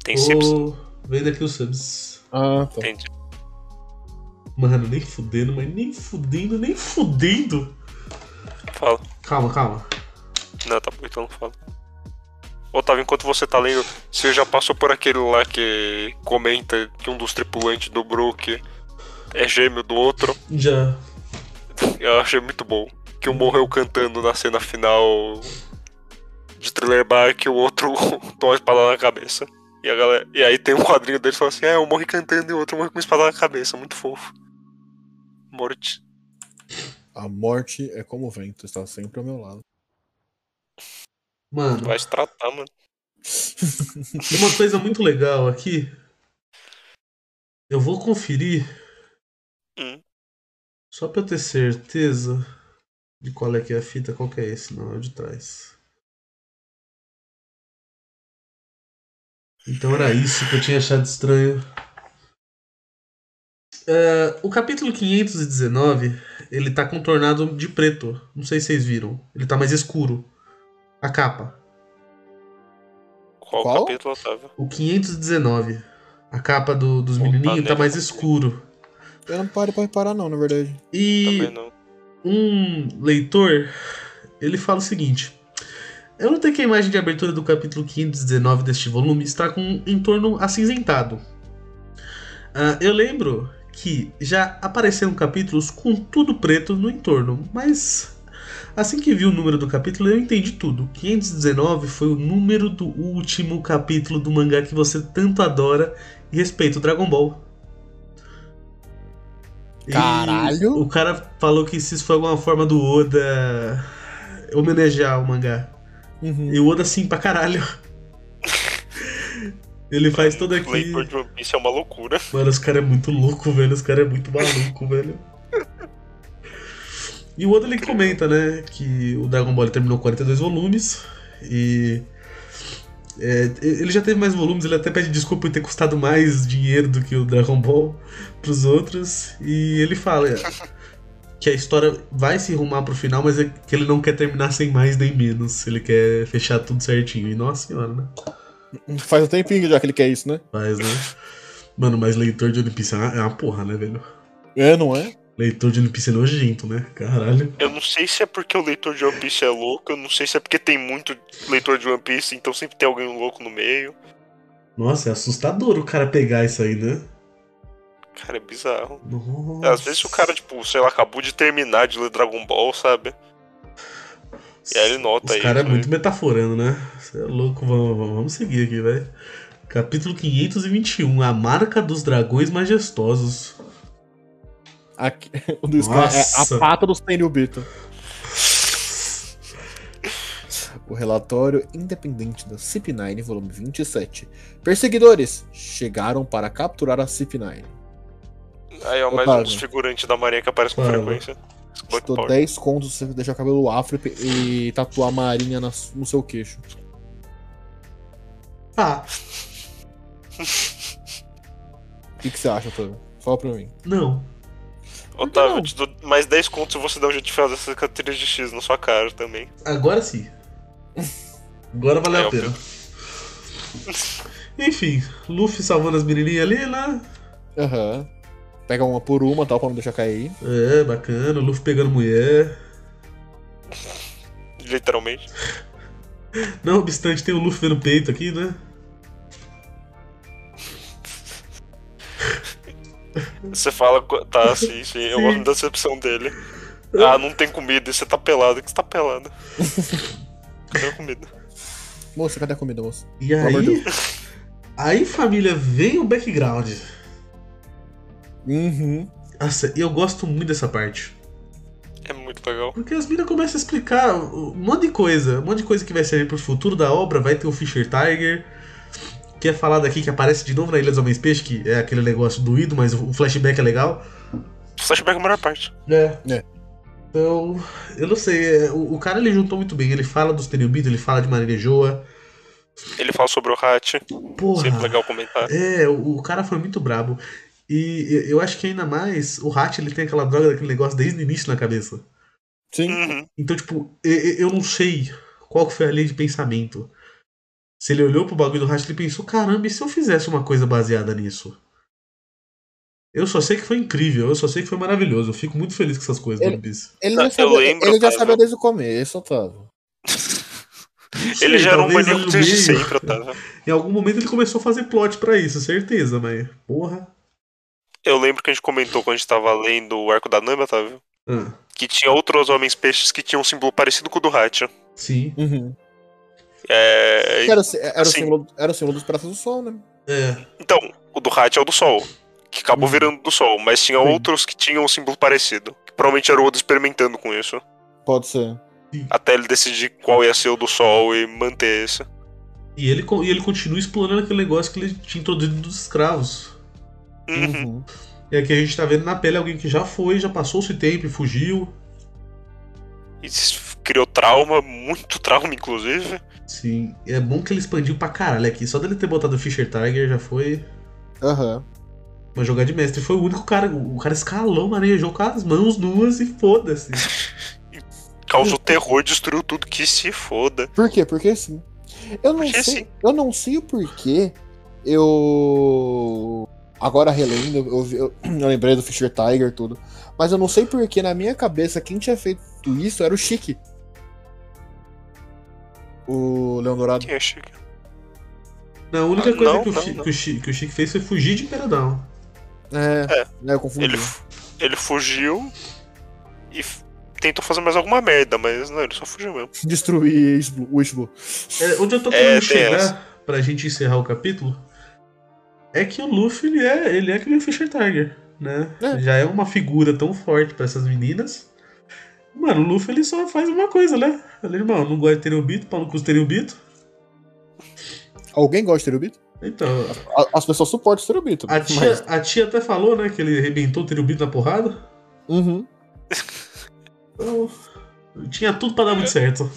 Speaker 4: Tem Sips.
Speaker 2: Ô, Vem daqui os subs.
Speaker 3: Ah, tá.
Speaker 4: Tem Sips.
Speaker 2: Mano, nem fudendo, mas nem fudendo, nem fudendo.
Speaker 4: Fala.
Speaker 2: Calma, calma.
Speaker 4: Não, tá bom, então não fala. Otávio, enquanto você tá lendo, você já passou por aquele lá que comenta que um dos tripulantes do Brook é gêmeo do outro?
Speaker 2: Já.
Speaker 4: Eu achei muito bom. Que um morreu cantando na cena final de Thriller Bark e o outro tomou uma espada na cabeça. E, a galera... e aí tem um quadrinho deles falando assim, é, eu morri cantando e o outro morreu com uma espada na cabeça. Muito fofo. Morte.
Speaker 3: A morte é como o vento, está sempre ao meu lado.
Speaker 2: Mano,
Speaker 4: Vai se tratar, mano.
Speaker 2: E uma coisa muito legal aqui. Eu vou conferir.
Speaker 4: Hum.
Speaker 2: Só pra eu ter certeza de qual é que é a fita, qual que é esse, não, é o de trás. Então era isso que eu tinha achado estranho. É, o capítulo 519, ele tá contornado de preto. Não sei se vocês viram. Ele tá mais escuro. A capa.
Speaker 4: Qual,
Speaker 3: Qual?
Speaker 4: capítulo, Otávio?
Speaker 2: O 519. A capa do- dos
Speaker 4: Opa,
Speaker 2: menininhos tá
Speaker 4: deve-
Speaker 2: mais escuro.
Speaker 3: Eu não paro pra reparar, não, na verdade.
Speaker 2: E Tá
Speaker 4: Também não.
Speaker 2: um leitor, ele fala o seguinte. Eu notei que a imagem de abertura do capítulo 519 deste volume está com um entorno acinzentado. Ah, eu lembro que já apareceram capítulos com tudo preto no entorno, mas assim que vi o número do capítulo eu entendi tudo. 519 foi o número do último capítulo do mangá que você tanto adora e respeita, o Dragon Ball. E
Speaker 3: Caralho!
Speaker 2: o cara falou que se isso foi alguma forma do Oda homenagear o mangá.
Speaker 3: Uhum.
Speaker 2: E o Oda sim assim pra caralho. Ele faz todo
Speaker 4: O
Speaker 2: aqui.
Speaker 4: leitor de One Piece é uma loucura.
Speaker 2: Mano, os caras é muito louco, velho. Os caras é muito maluco, velho. E o Oda ele comenta, né? Que o Dragon Ball ele terminou 42 volumes. E. é, ele já teve mais volumes, ele até pede desculpa por ter custado mais dinheiro do que o Dragon Ball pros outros. E ele fala que a história vai se rumar pro final, mas é que ele não quer terminar sem mais nem menos. Ele quer fechar tudo certinho. E nossa senhora, né?
Speaker 3: Faz um tempinho já que ele quer isso, né?
Speaker 2: Faz, né? Mano, mas leitor de One Piece é uma, é uma porra, né, velho?
Speaker 3: É, não é?
Speaker 2: Leitor de One Piece é nojento, né? Caralho.
Speaker 4: Eu não sei se é porque o leitor de One Piece é louco, eu não sei se é porque tem muito leitor de One Piece, então sempre tem alguém louco no meio.
Speaker 2: Nossa, é assustador o cara pegar isso aí, né?
Speaker 4: Cara, é bizarro.
Speaker 2: Nossa.
Speaker 4: Às vezes o cara, tipo, sei lá, acabou de terminar de ler Dragon Ball, sabe? E aí ele nota
Speaker 2: Os
Speaker 4: aí,
Speaker 2: cara é
Speaker 4: né?
Speaker 2: muito metaforando, né? Você é louco, vamos, vamos- vamos seguir aqui, velho. Capítulo 521, A Marca dos Dragões Majestosos.
Speaker 3: Aqui- o do Scar é
Speaker 2: Nossa.
Speaker 3: a pata dos Tenryubito. O relatório independente da CP9, volume 27. Perseguidores chegaram para capturar a CP9.
Speaker 4: Aí ó, mais um
Speaker 3: Otávio.
Speaker 4: dos figurantes da marinha que aparece com
Speaker 2: Claro.
Speaker 4: frequência. Black
Speaker 3: Estou
Speaker 4: Power.
Speaker 3: 10 contos se você deixar o cabelo afro e e tatuar a marinha na- no seu queixo.
Speaker 2: Ah,
Speaker 3: O que, que você acha, Tano? Fala pra mim.
Speaker 2: não.
Speaker 4: Otávio,
Speaker 3: não?
Speaker 4: eu te dou mais 10 contos se você dá um jeito de fazer essa cicatriz de X na sua cara também.
Speaker 2: Agora sim. Agora valeu
Speaker 4: É,
Speaker 2: a
Speaker 4: eu
Speaker 2: pena. Enfim, Luffy salvando as menininhas ali, né?
Speaker 3: Aham. Pega uma por uma, tal, pra não deixar cair.
Speaker 2: É, bacana. Luffy pegando mulher.
Speaker 4: Literalmente.
Speaker 2: Não obstante, tem o Luffy vendo peito aqui, né?
Speaker 4: Você fala, co- tá, sim, sim, eu gosto muito da decepção dele. Ah, não tem comida, e você tá pelado, que você tá pelado. Cadê a comida?
Speaker 3: Moça, cadê a comida, moça?
Speaker 2: E
Speaker 3: Pelo amor de
Speaker 2: aí. Aí, família, vem o background.
Speaker 3: Uhum.
Speaker 2: Nossa, e eu gosto muito dessa parte.
Speaker 4: É muito legal.
Speaker 2: Porque as minas começam a explicar um monte de coisa. Um monte de coisa que vai servir pro futuro da obra. Vai ter o Fisher Tiger. Que é falado aqui que aparece de novo na Ilha dos Homens Peixe, que é aquele negócio doído, mas o flashback é legal.
Speaker 4: Flashback é a melhor parte.
Speaker 2: É.
Speaker 3: É.
Speaker 2: Então, eu não sei. é, O, o cara ele juntou muito bem. Ele fala dos Tenryubito, ele fala de Marejoa.
Speaker 4: Ele fala sobre o Hat,
Speaker 2: Porra.
Speaker 4: sempre legal comentar.
Speaker 2: É, o, o cara foi muito brabo. E eu- eu acho que ainda mais o Hatch ele tem aquela droga daquele negócio desde o início na cabeça.
Speaker 3: Sim.
Speaker 4: Uhum.
Speaker 2: Então, tipo, e- e- eu, não sei qual que foi a linha de pensamento. Se ele olhou pro bagulho do Hatch, ele pensou, caramba, e se eu fizesse uma coisa baseada nisso? Eu só sei que foi incrível, eu só sei que foi maravilhoso. Eu fico muito feliz com essas coisas,
Speaker 3: Ele-
Speaker 2: One Piece.
Speaker 3: Ele,
Speaker 4: Não,
Speaker 3: já
Speaker 4: eu
Speaker 3: sabia,
Speaker 4: lembro,
Speaker 3: ele já
Speaker 4: Otávio.
Speaker 3: sabia desde o começo, Otávio.
Speaker 4: Ele
Speaker 2: Sim,
Speaker 4: já era um
Speaker 2: talvez
Speaker 4: maníaco
Speaker 2: no
Speaker 4: desde
Speaker 2: meio-
Speaker 4: sempre, tá?
Speaker 2: Em algum momento ele começou a fazer plot pra isso, certeza, mas. Porra.
Speaker 4: Eu lembro que a gente comentou quando a gente tava lendo o arco da Namba, tá? viu?
Speaker 2: Ah,
Speaker 4: Que tinha outros homens peixes que tinham um símbolo parecido com o do Hat.
Speaker 2: sim.
Speaker 3: Uhum.
Speaker 4: É...
Speaker 3: Era, o si- era, o
Speaker 4: assim-
Speaker 3: símbolo, era o símbolo dos Praças do Sol, né?
Speaker 2: É.
Speaker 4: Então, o do Hat é o do Sol, que acabou
Speaker 3: Uhum.
Speaker 4: virando do Sol, mas tinha
Speaker 2: Sim.
Speaker 4: outros que tinham um símbolo parecido. Que provavelmente era o Oda experimentando com isso.
Speaker 3: Pode ser.
Speaker 4: Até ele decidir qual ia ser o do Sol e manter esse.
Speaker 2: E ele, co- e ele continua explorando aquele negócio que ele tinha introduzido dos escravos.
Speaker 4: Uhum.
Speaker 3: Uhum.
Speaker 2: E aqui a gente tá vendo na pele alguém que já foi, já passou esse tempo e fugiu.
Speaker 4: Isso criou trauma, muito trauma, inclusive.
Speaker 2: Sim, é bom que ele expandiu pra caralho aqui. Só dele ter botado o Fischer Tiger já foi
Speaker 3: Aham.
Speaker 2: uma jogada de mestre. Foi o único cara, o cara escalou, manejou com as mãos nuas e foda-se.
Speaker 4: Causou terror, destruiu tudo, que se foda.
Speaker 3: Por quê? Porque sim. Eu não
Speaker 4: Porque
Speaker 3: sei,
Speaker 4: sim.
Speaker 3: eu não sei o porquê. Eu agora relendo, eu, vi- eu- eu lembrei do Fisher Tiger tudo, mas eu não sei porquê na minha cabeça quem tinha feito isso era o Chique. O Leão Dourado.
Speaker 4: Quem é Chique?
Speaker 3: Uhum.
Speaker 2: Não, a única
Speaker 4: Ah,
Speaker 2: coisa
Speaker 4: não,
Speaker 2: que, o
Speaker 4: não,
Speaker 2: Chi-
Speaker 4: não.
Speaker 2: que o Chi- que o Chique fez foi fugir de Imperadão.
Speaker 3: É,
Speaker 4: É.
Speaker 3: né, eu confundi.
Speaker 4: Ele, fu- ele fugiu e f- tentou fazer mais alguma merda, mas não, ele só fugiu mesmo.
Speaker 3: Destruir Isblu- o Isblu.
Speaker 2: É, onde eu tô
Speaker 4: É,
Speaker 2: querendo
Speaker 4: tem essa.
Speaker 2: chegar, pra gente encerrar o capítulo, é que o Luffy, ele é, ele é que nem o Fischer Tiger, né?
Speaker 3: É.
Speaker 2: Já é uma figura tão forte pra essas meninas. Mano, o Luffy, ele só faz uma coisa, né? Ele, irmão, não gosta de ter o Bito, Paulo Custo ter o Bito.
Speaker 3: Alguém gosta de Terubito?
Speaker 2: Então,
Speaker 3: A- As pessoas suportam o Terubito.
Speaker 2: a tia, a tia até falou, né, que ele arrebentou o Terubito na porrada.
Speaker 3: Uhum.
Speaker 2: Então, tinha tudo pra dar muito certo.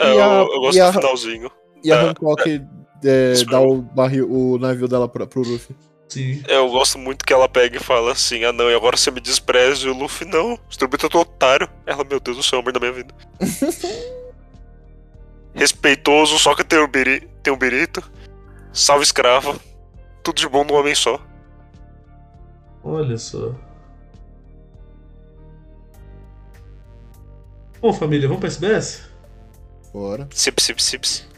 Speaker 4: É,
Speaker 3: E
Speaker 4: eu,
Speaker 3: a-
Speaker 4: eu gosto
Speaker 3: e a-
Speaker 4: do finalzinho.
Speaker 3: E a
Speaker 4: Ah,
Speaker 3: Hancock é,
Speaker 4: Isso
Speaker 3: dá o, barril, o navio dela pra, pro Luffy.
Speaker 2: Sim.
Speaker 4: É, Eu gosto muito que ela pega e fala assim: ah não, e agora você me despreza. E o Luffy, não, Strubito é um otário. Ela, meu Deus do céu, é amor da minha vida. Respeitoso, só que tem um, biri, tem um birito. Salve escravo. Tudo de bom num homem só.
Speaker 2: Olha só. Bom, família, vamos pra SBS?
Speaker 3: Bora.
Speaker 4: Sips, sips, sips.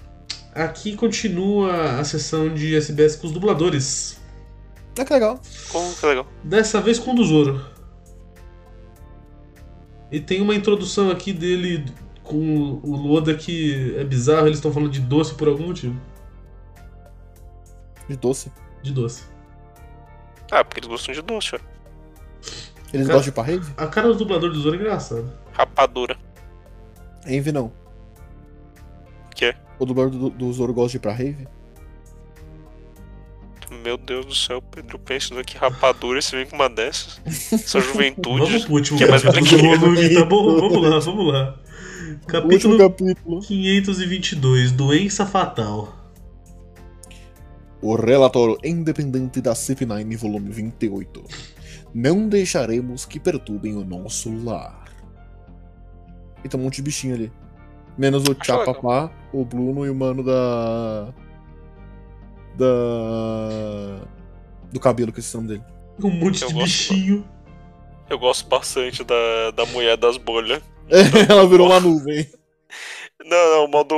Speaker 2: Aqui continua a sessão de SBS com os dubladores.
Speaker 3: Ah, que legal.
Speaker 4: Oh, que legal.
Speaker 2: Dessa vez com o do Zoro. E tem uma introdução aqui dele com o Loda que é bizarro, eles estão falando de doce por algum motivo.
Speaker 3: De doce.
Speaker 2: De doce.
Speaker 4: Ah, porque eles gostam de doce, ó.
Speaker 3: Eles
Speaker 2: Cara-
Speaker 3: gostam de parede?
Speaker 2: A cara do dublador do Zoro é engraçada.
Speaker 4: Rapadura.
Speaker 3: Envy não.
Speaker 4: O quê?
Speaker 3: O dublador do, do Zoro gosta de ir pra rave?
Speaker 4: Meu Deus do céu, Pedro, pensa no que rapadura e você vem com uma dessas. Essa
Speaker 2: Vamos
Speaker 4: juventude.
Speaker 2: pro último
Speaker 4: Que é mais
Speaker 2: capítulo do
Speaker 4: tranquilo.
Speaker 2: volume, tá bom? Vamos lá, vamos lá.
Speaker 3: Último
Speaker 2: Capítulo
Speaker 3: capítulo.
Speaker 2: 522, Doença Fatal.
Speaker 3: O relatório independente da CP9, volume 28. Não deixaremos que perturbem o nosso lar. E tem um monte de bichinho ali. Menos o Chapapá, o Bruno e o mano da. Da. Do cabelo, que é esse nome dele.
Speaker 2: Um monte
Speaker 4: Eu
Speaker 2: de
Speaker 4: gosto.
Speaker 2: bichinho.
Speaker 4: Eu gosto bastante da, da mulher das bolhas.
Speaker 3: Ela virou uma nuvem.
Speaker 4: Não, não, o modo.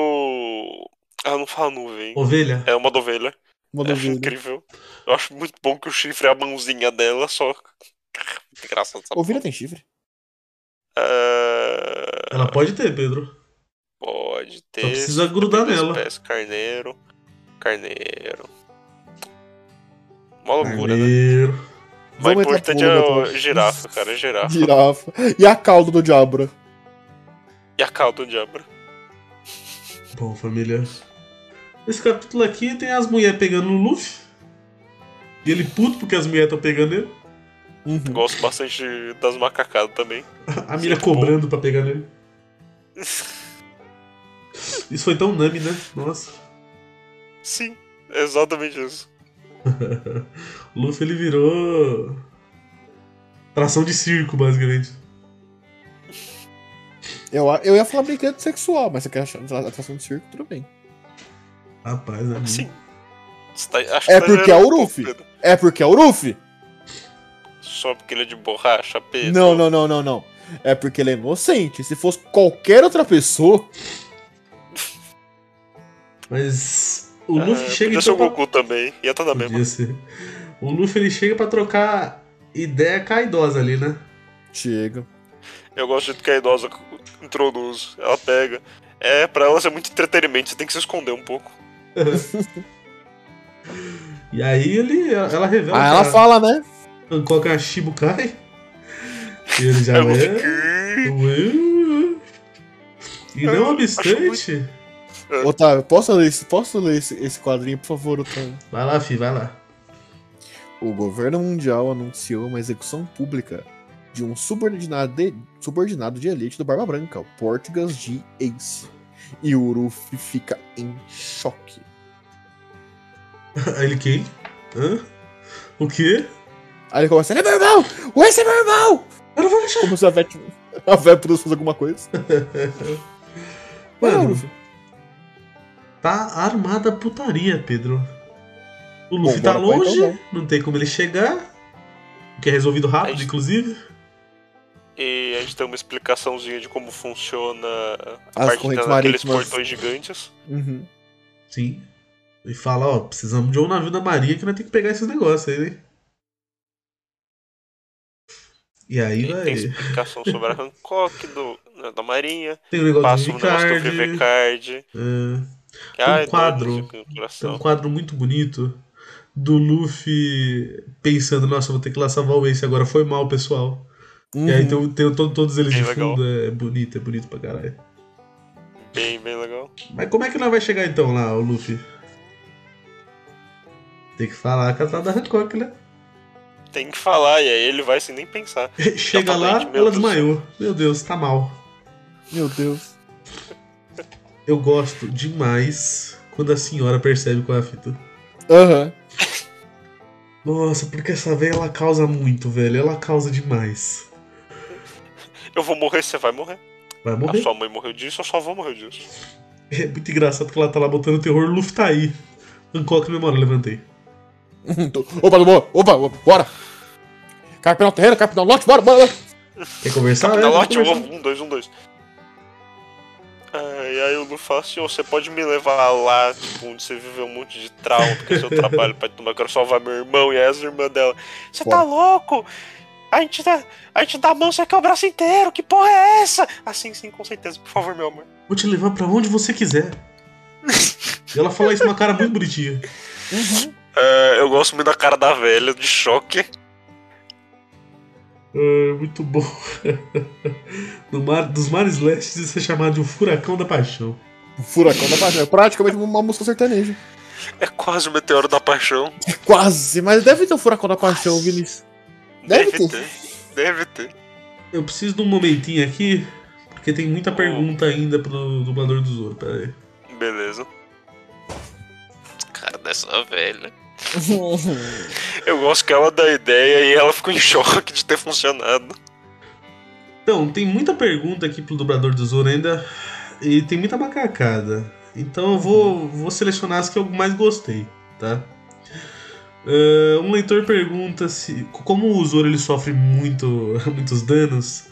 Speaker 4: Ah, não fala nuvem.
Speaker 2: Ovelha?
Speaker 4: É o modo ovelha.
Speaker 3: Uma
Speaker 4: Eu acho
Speaker 3: nuvem. né?
Speaker 4: incrível. Eu acho muito bom que o chifre é a mãozinha dela, só. Engraçado essa
Speaker 3: Ovelha tem chifre?
Speaker 4: porra. Ah,
Speaker 2: Ela pode ter, Pedro.
Speaker 4: Pode ter.
Speaker 2: Só precisa grudar
Speaker 4: Tem dois
Speaker 2: nela.
Speaker 4: pés, carneiro. Carneiro. Uma loucura, né?
Speaker 2: Carneiro.
Speaker 4: Mas o
Speaker 3: Vamos entrar
Speaker 4: importante
Speaker 3: pro
Speaker 4: é
Speaker 3: olho
Speaker 4: o
Speaker 3: depois.
Speaker 4: girafa, cara, é girafa.
Speaker 3: Girafa. E a cauda do Diabra.
Speaker 4: E a cauda do diabo.
Speaker 2: Bom, família. Esse capítulo aqui tem as mulheres pegando o Luffy. E ele puto porque as mulheres estão pegando ele.
Speaker 3: Uhum.
Speaker 4: Gosto bastante das macacadas também.
Speaker 2: A mira
Speaker 4: é Muito bom.
Speaker 2: cobrando pra pegar nele. Isso foi tão Nami, né? Nossa.
Speaker 4: Sim, é exatamente isso.
Speaker 2: O Luffy ele virou. Tração de circo, basicamente.
Speaker 3: Eu, a- eu ia falar brinquedo sexual, mas você quer achar atração de circo, tudo bem.
Speaker 2: Rapaz, né?
Speaker 4: Sim. Você tá- acho
Speaker 3: Uhum. É
Speaker 4: que tá
Speaker 3: porque
Speaker 4: gerando
Speaker 3: é o
Speaker 4: um pouco,
Speaker 3: Luffy.
Speaker 4: Pedro.
Speaker 3: É porque é o Luffy?
Speaker 4: Só porque ele é de borracha, Pedro.
Speaker 3: Não, não, não, não, não. É porque ele é inocente. Se fosse qualquer outra pessoa.
Speaker 2: Mas o
Speaker 4: Ah,
Speaker 2: Luffy chega
Speaker 4: podia
Speaker 2: e
Speaker 4: ser o
Speaker 2: troca-
Speaker 4: Goku também. Ia estar na mesma.
Speaker 2: Podia ser. O Luffy ele chega pra trocar ideia com a idosa ali, né?
Speaker 3: Chega.
Speaker 4: Eu gosto do jeito que a idosa introduz. Ela pega. É, pra ela ser muito entretenimento. Você tem que se esconder um pouco.
Speaker 2: E aí ele, ela revela.
Speaker 3: Aí
Speaker 2: que
Speaker 3: ela
Speaker 2: a-
Speaker 3: fala, né?
Speaker 2: Hancock é a Shibukai. E ele já
Speaker 4: Aí o Luffy,
Speaker 2: é. Ué. E
Speaker 4: Eu
Speaker 2: não
Speaker 4: acho
Speaker 2: obstante.
Speaker 3: Otávio, posso ler esse, posso ler esse, esse quadrinho, por favor, Otávio?
Speaker 2: Vai lá, fi, vai lá.
Speaker 3: O governo mundial anunciou uma execução pública de um subordinado de, subordinado de elite do Barba Branca, o Portugas G. Ace. E o Luffy fica em choque.
Speaker 2: Aí ele quem? Hã? O quê?
Speaker 3: Aí ele começa, ele é meu irmão! O Ace é meu irmão!
Speaker 2: Eu não vou deixar.
Speaker 3: Como se a Vete, a Vete pudesse fazer alguma coisa. Ué,
Speaker 2: Mano,
Speaker 3: Luffy.
Speaker 2: Tá armada a putaria, Pedro. O Luffy
Speaker 3: Bom,
Speaker 2: tá
Speaker 3: bora pra
Speaker 2: longe,
Speaker 3: então,
Speaker 2: não tem como ele chegar. O que é resolvido rápido,
Speaker 4: Aí-
Speaker 2: inclusive.
Speaker 4: E a gente tem uma explicaçãozinha de como funciona a
Speaker 3: As
Speaker 4: parte
Speaker 3: correntes
Speaker 4: da- daqueles
Speaker 3: marítimas.
Speaker 4: portões gigantes.
Speaker 3: Uhum.
Speaker 2: Sim. E fala, ó, precisamos de um navio da marinha que nós temos que pegar esses negócios aí, né? E aí
Speaker 4: E
Speaker 2: vai.
Speaker 4: tem explicação sobre a Hancock, do, né, da Marinha.
Speaker 2: Tem o negócio
Speaker 4: Passa
Speaker 2: do
Speaker 4: um negócio do
Speaker 2: Ricard.
Speaker 4: Vivecard.
Speaker 2: é,
Speaker 4: Ah, então,
Speaker 2: quadro.
Speaker 4: não sei o que,
Speaker 2: tem um
Speaker 4: coração.
Speaker 2: quadro muito bonito do Luffy pensando, nossa, eu vou ter que lá salvar o Ace agora, foi mal, pessoal. E
Speaker 3: Uhum.
Speaker 2: aí então- tem, o- tem o- to- todos eles
Speaker 4: Bem
Speaker 2: de
Speaker 4: legal.
Speaker 2: fundo, é bonito, é bonito pra caralho. Então,
Speaker 4: Bem, bem legal.
Speaker 2: Mas como é que nós vai chegar então lá, o Luffy? Tem que falar com a tal da Hancock, né?
Speaker 4: Tem que falar, e aí ele vai sem nem pensar.
Speaker 2: Chega
Speaker 4: tá
Speaker 2: lá,
Speaker 4: doente, meu
Speaker 2: ela
Speaker 4: Deus.
Speaker 2: desmaiou. Meu Deus, tá mal.
Speaker 3: Uhum. Meu Deus.
Speaker 2: Eu gosto demais quando a senhora percebe qual é a fita.
Speaker 3: Aham.
Speaker 2: Nossa, porque essa velha ela causa muito, velho. Ela causa demais.
Speaker 4: Eu vou morrer, você vai morrer.
Speaker 2: Vai
Speaker 4: A
Speaker 2: morrer.
Speaker 4: sua mãe morreu disso, a sua avó morreu disso.
Speaker 2: É muito engraçado que ela tá lá botando terror, o Luffy tá aí. Hancock memória, levantei.
Speaker 3: Então, Opa, Lumô. Opa, opa, bora. Capitão Terra, Capitão Lote, bora, bora. bora.
Speaker 2: Quer conversar?
Speaker 4: Capitão
Speaker 2: É,
Speaker 4: Lote,
Speaker 2: vamos conversar.
Speaker 4: um, dois, um, dois. Ah, e aí o Luffy fala assim, "Ô, você pode me levar lá, tipo, onde você viveu um monte de trauma, porque é seu trabalho pra tomar, eu quero salvar meu irmão e essa irmã dela. Você tá
Speaker 3: Foda.
Speaker 4: louco? A gente dá, a gente dá a mão, você quer o braço inteiro, que porra é essa? Assim sim, com certeza, por favor, meu amor.
Speaker 2: Vou te levar pra onde você quiser. e ela fala isso com uma cara muito bonitinha. Uhum.
Speaker 4: É, eu gosto muito da cara da velha, de choque.
Speaker 2: É, muito bom. no mar, dos mares lestes, isso é chamado de um furacão da paixão.
Speaker 3: Furacão da página. É praticamente uma música sertaneja.
Speaker 4: É quase o meteoro da paixão.
Speaker 3: Quase, mas deve ter o Furacão da Paixão, Vinícius. Deve ter.
Speaker 4: Deve ter.
Speaker 2: Eu preciso de um momentinho aqui, porque tem muita pergunta ainda pro dublador do Zoro. Pera aí.
Speaker 4: Beleza. Cara dessa velha. Eu gosto que ela dá ideia e ela ficou em choque de ter funcionado.
Speaker 2: Então, tem muita pergunta aqui pro dublador do Zoro ainda, e tem muita macacada. Então eu vou, vou selecionar as que eu mais gostei, tá? Ah, um leitor pergunta se como o Zoro ele sofre muito, muitos danos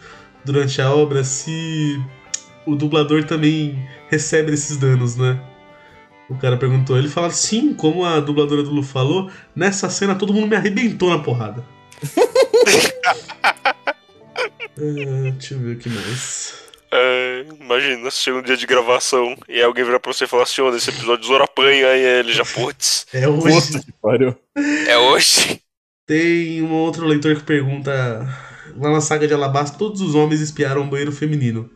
Speaker 2: durante a obra, se o dublador também recebe esses danos, né? O cara perguntou. Ele fala sim, como a dubladora do Lu falou, nessa cena todo mundo me arrebentou na porrada. Ah, deixa eu ver o que mais.
Speaker 4: É, imagina, se um dia de gravação e alguém virar pra você e falar assim, "Ô, nesse episódio Zoro apanha e ele já, putz,
Speaker 2: É hoje.
Speaker 3: Puta que pariu.
Speaker 4: é hoje.
Speaker 2: Tem um outro leitor que pergunta: lá na saga de Alabasta, todos os homens espiaram o banheiro feminino.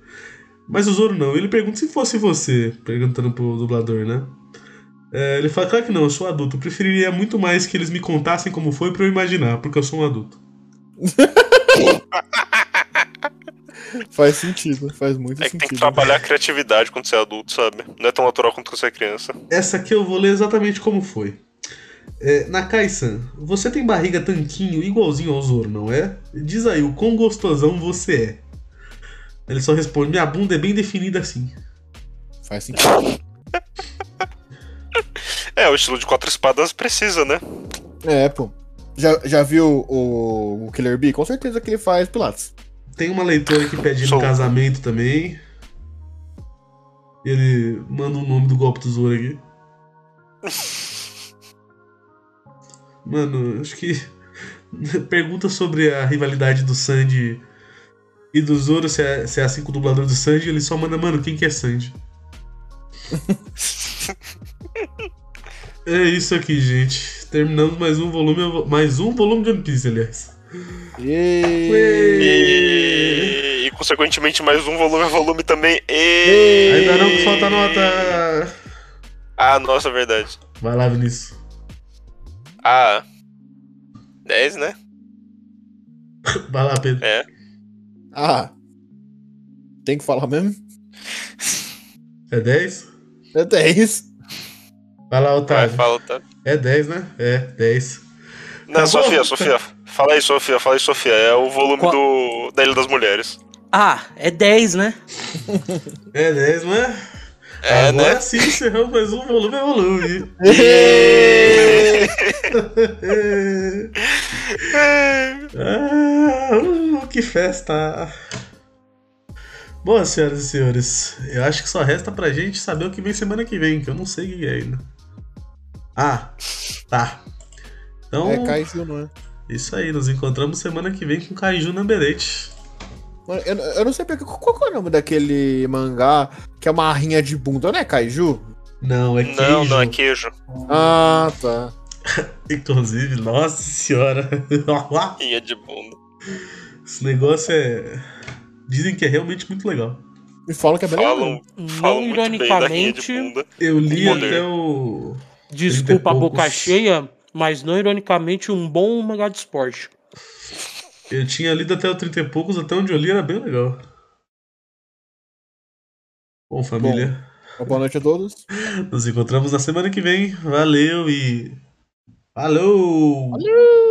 Speaker 2: Mas o Zoro não. Ele pergunta se fosse você, perguntando pro dublador, né? É, ele fala: claro que não, eu sou adulto. Eu preferiria muito mais que eles me contassem como foi pra eu imaginar, porque eu sou um adulto.
Speaker 3: Faz sentido, faz muito
Speaker 4: É que tem que
Speaker 3: sentido.
Speaker 4: trabalhar a criatividade quando você é adulto, sabe? Não é tão natural quanto quando você é criança.
Speaker 2: Essa aqui eu vou ler exatamente como foi. É, Nakai-san, você tem barriga tanquinho igualzinho ao Zoro, não é? Diz aí o quão gostosão você é. Ele só responde: minha bunda é bem definida assim.
Speaker 3: Faz sentido.
Speaker 4: É, o estilo de quatro espadas precisa, né?
Speaker 3: É, pô. Já, já viu o, o Killer Bee? Com certeza que ele faz Pilates.
Speaker 2: Tem uma leitora que pede no
Speaker 4: Sou.
Speaker 2: casamento também. Ele manda o nome do golpe do Zoro aqui. Mano, acho que. Pergunta sobre a rivalidade do Sandy e do Zoro, se é, se é assim com o dublador do Sandy, ele só manda, mano, quem que é Sandy? É isso aqui, gente. Terminamos mais um volume. eu vou- Mais um volume de One Piece, aliás.
Speaker 3: E...
Speaker 4: E, e, consequentemente mais um volume, volume também. E...
Speaker 2: Ainda não falta nota.
Speaker 4: Ah, nossa, verdade.
Speaker 2: Vai lá, Vinícius.
Speaker 4: Ah. 10, né?
Speaker 2: Vai lá, Pedro.
Speaker 4: É.
Speaker 3: Ah. Tem que falar mesmo?
Speaker 2: É 10?
Speaker 3: É 10.
Speaker 2: Vai lá,
Speaker 4: Vai,
Speaker 2: Otávio.
Speaker 4: fala, tá.
Speaker 2: É 10, né? É, 10.
Speaker 4: Não,
Speaker 2: Tá
Speaker 4: Sofia,
Speaker 2: bom.
Speaker 4: Sofia. Fala aí, Sofia, fala aí, Sofia. É o volume
Speaker 5: Qual-
Speaker 4: do da Ilha das Mulheres.
Speaker 5: Ah, é 10, né?
Speaker 2: É 10, né?
Speaker 4: É,
Speaker 2: Agora
Speaker 4: né?
Speaker 2: sim encerramos mais um volume é volume. É. ah, uh, que festa! Bom, senhoras e senhores, eu acho que só resta pra gente saber o que vem semana que vem, que eu não sei o que é ainda. Ah, tá. Então,
Speaker 3: É Kaiju, não é?
Speaker 2: isso aí, nos encontramos semana que vem com Kaiju Numberete.
Speaker 3: Mano, eu, eu não sei porque. Qual que é o nome daquele mangá que é uma arrinha de bunda? Não é Kaiju?
Speaker 2: Não, é queijo.
Speaker 4: Não, não é queijo.
Speaker 3: Ah, tá.
Speaker 2: Inclusive, nossa senhora.
Speaker 4: E é de bunda.
Speaker 2: Esse negócio é. Dizem que é realmente muito legal.
Speaker 3: Me falam que é bem legal.
Speaker 4: Falam, falam
Speaker 5: Não
Speaker 4: muito bem da rinha de
Speaker 5: ironicamente,
Speaker 4: bunda.
Speaker 2: Eu li
Speaker 4: Poder.
Speaker 2: até o.
Speaker 5: desculpa a
Speaker 2: Trinta e
Speaker 5: boca
Speaker 2: poucos.
Speaker 5: cheia, mas não ironicamente um bom mangá de esporte.
Speaker 2: Eu tinha lido até o 30 e poucos, até onde eu li era bem legal. Bom, família.
Speaker 3: Uma Boa noite a todos.
Speaker 2: Nos encontramos na semana que vem. Valeu e. Falou!
Speaker 3: Valeu!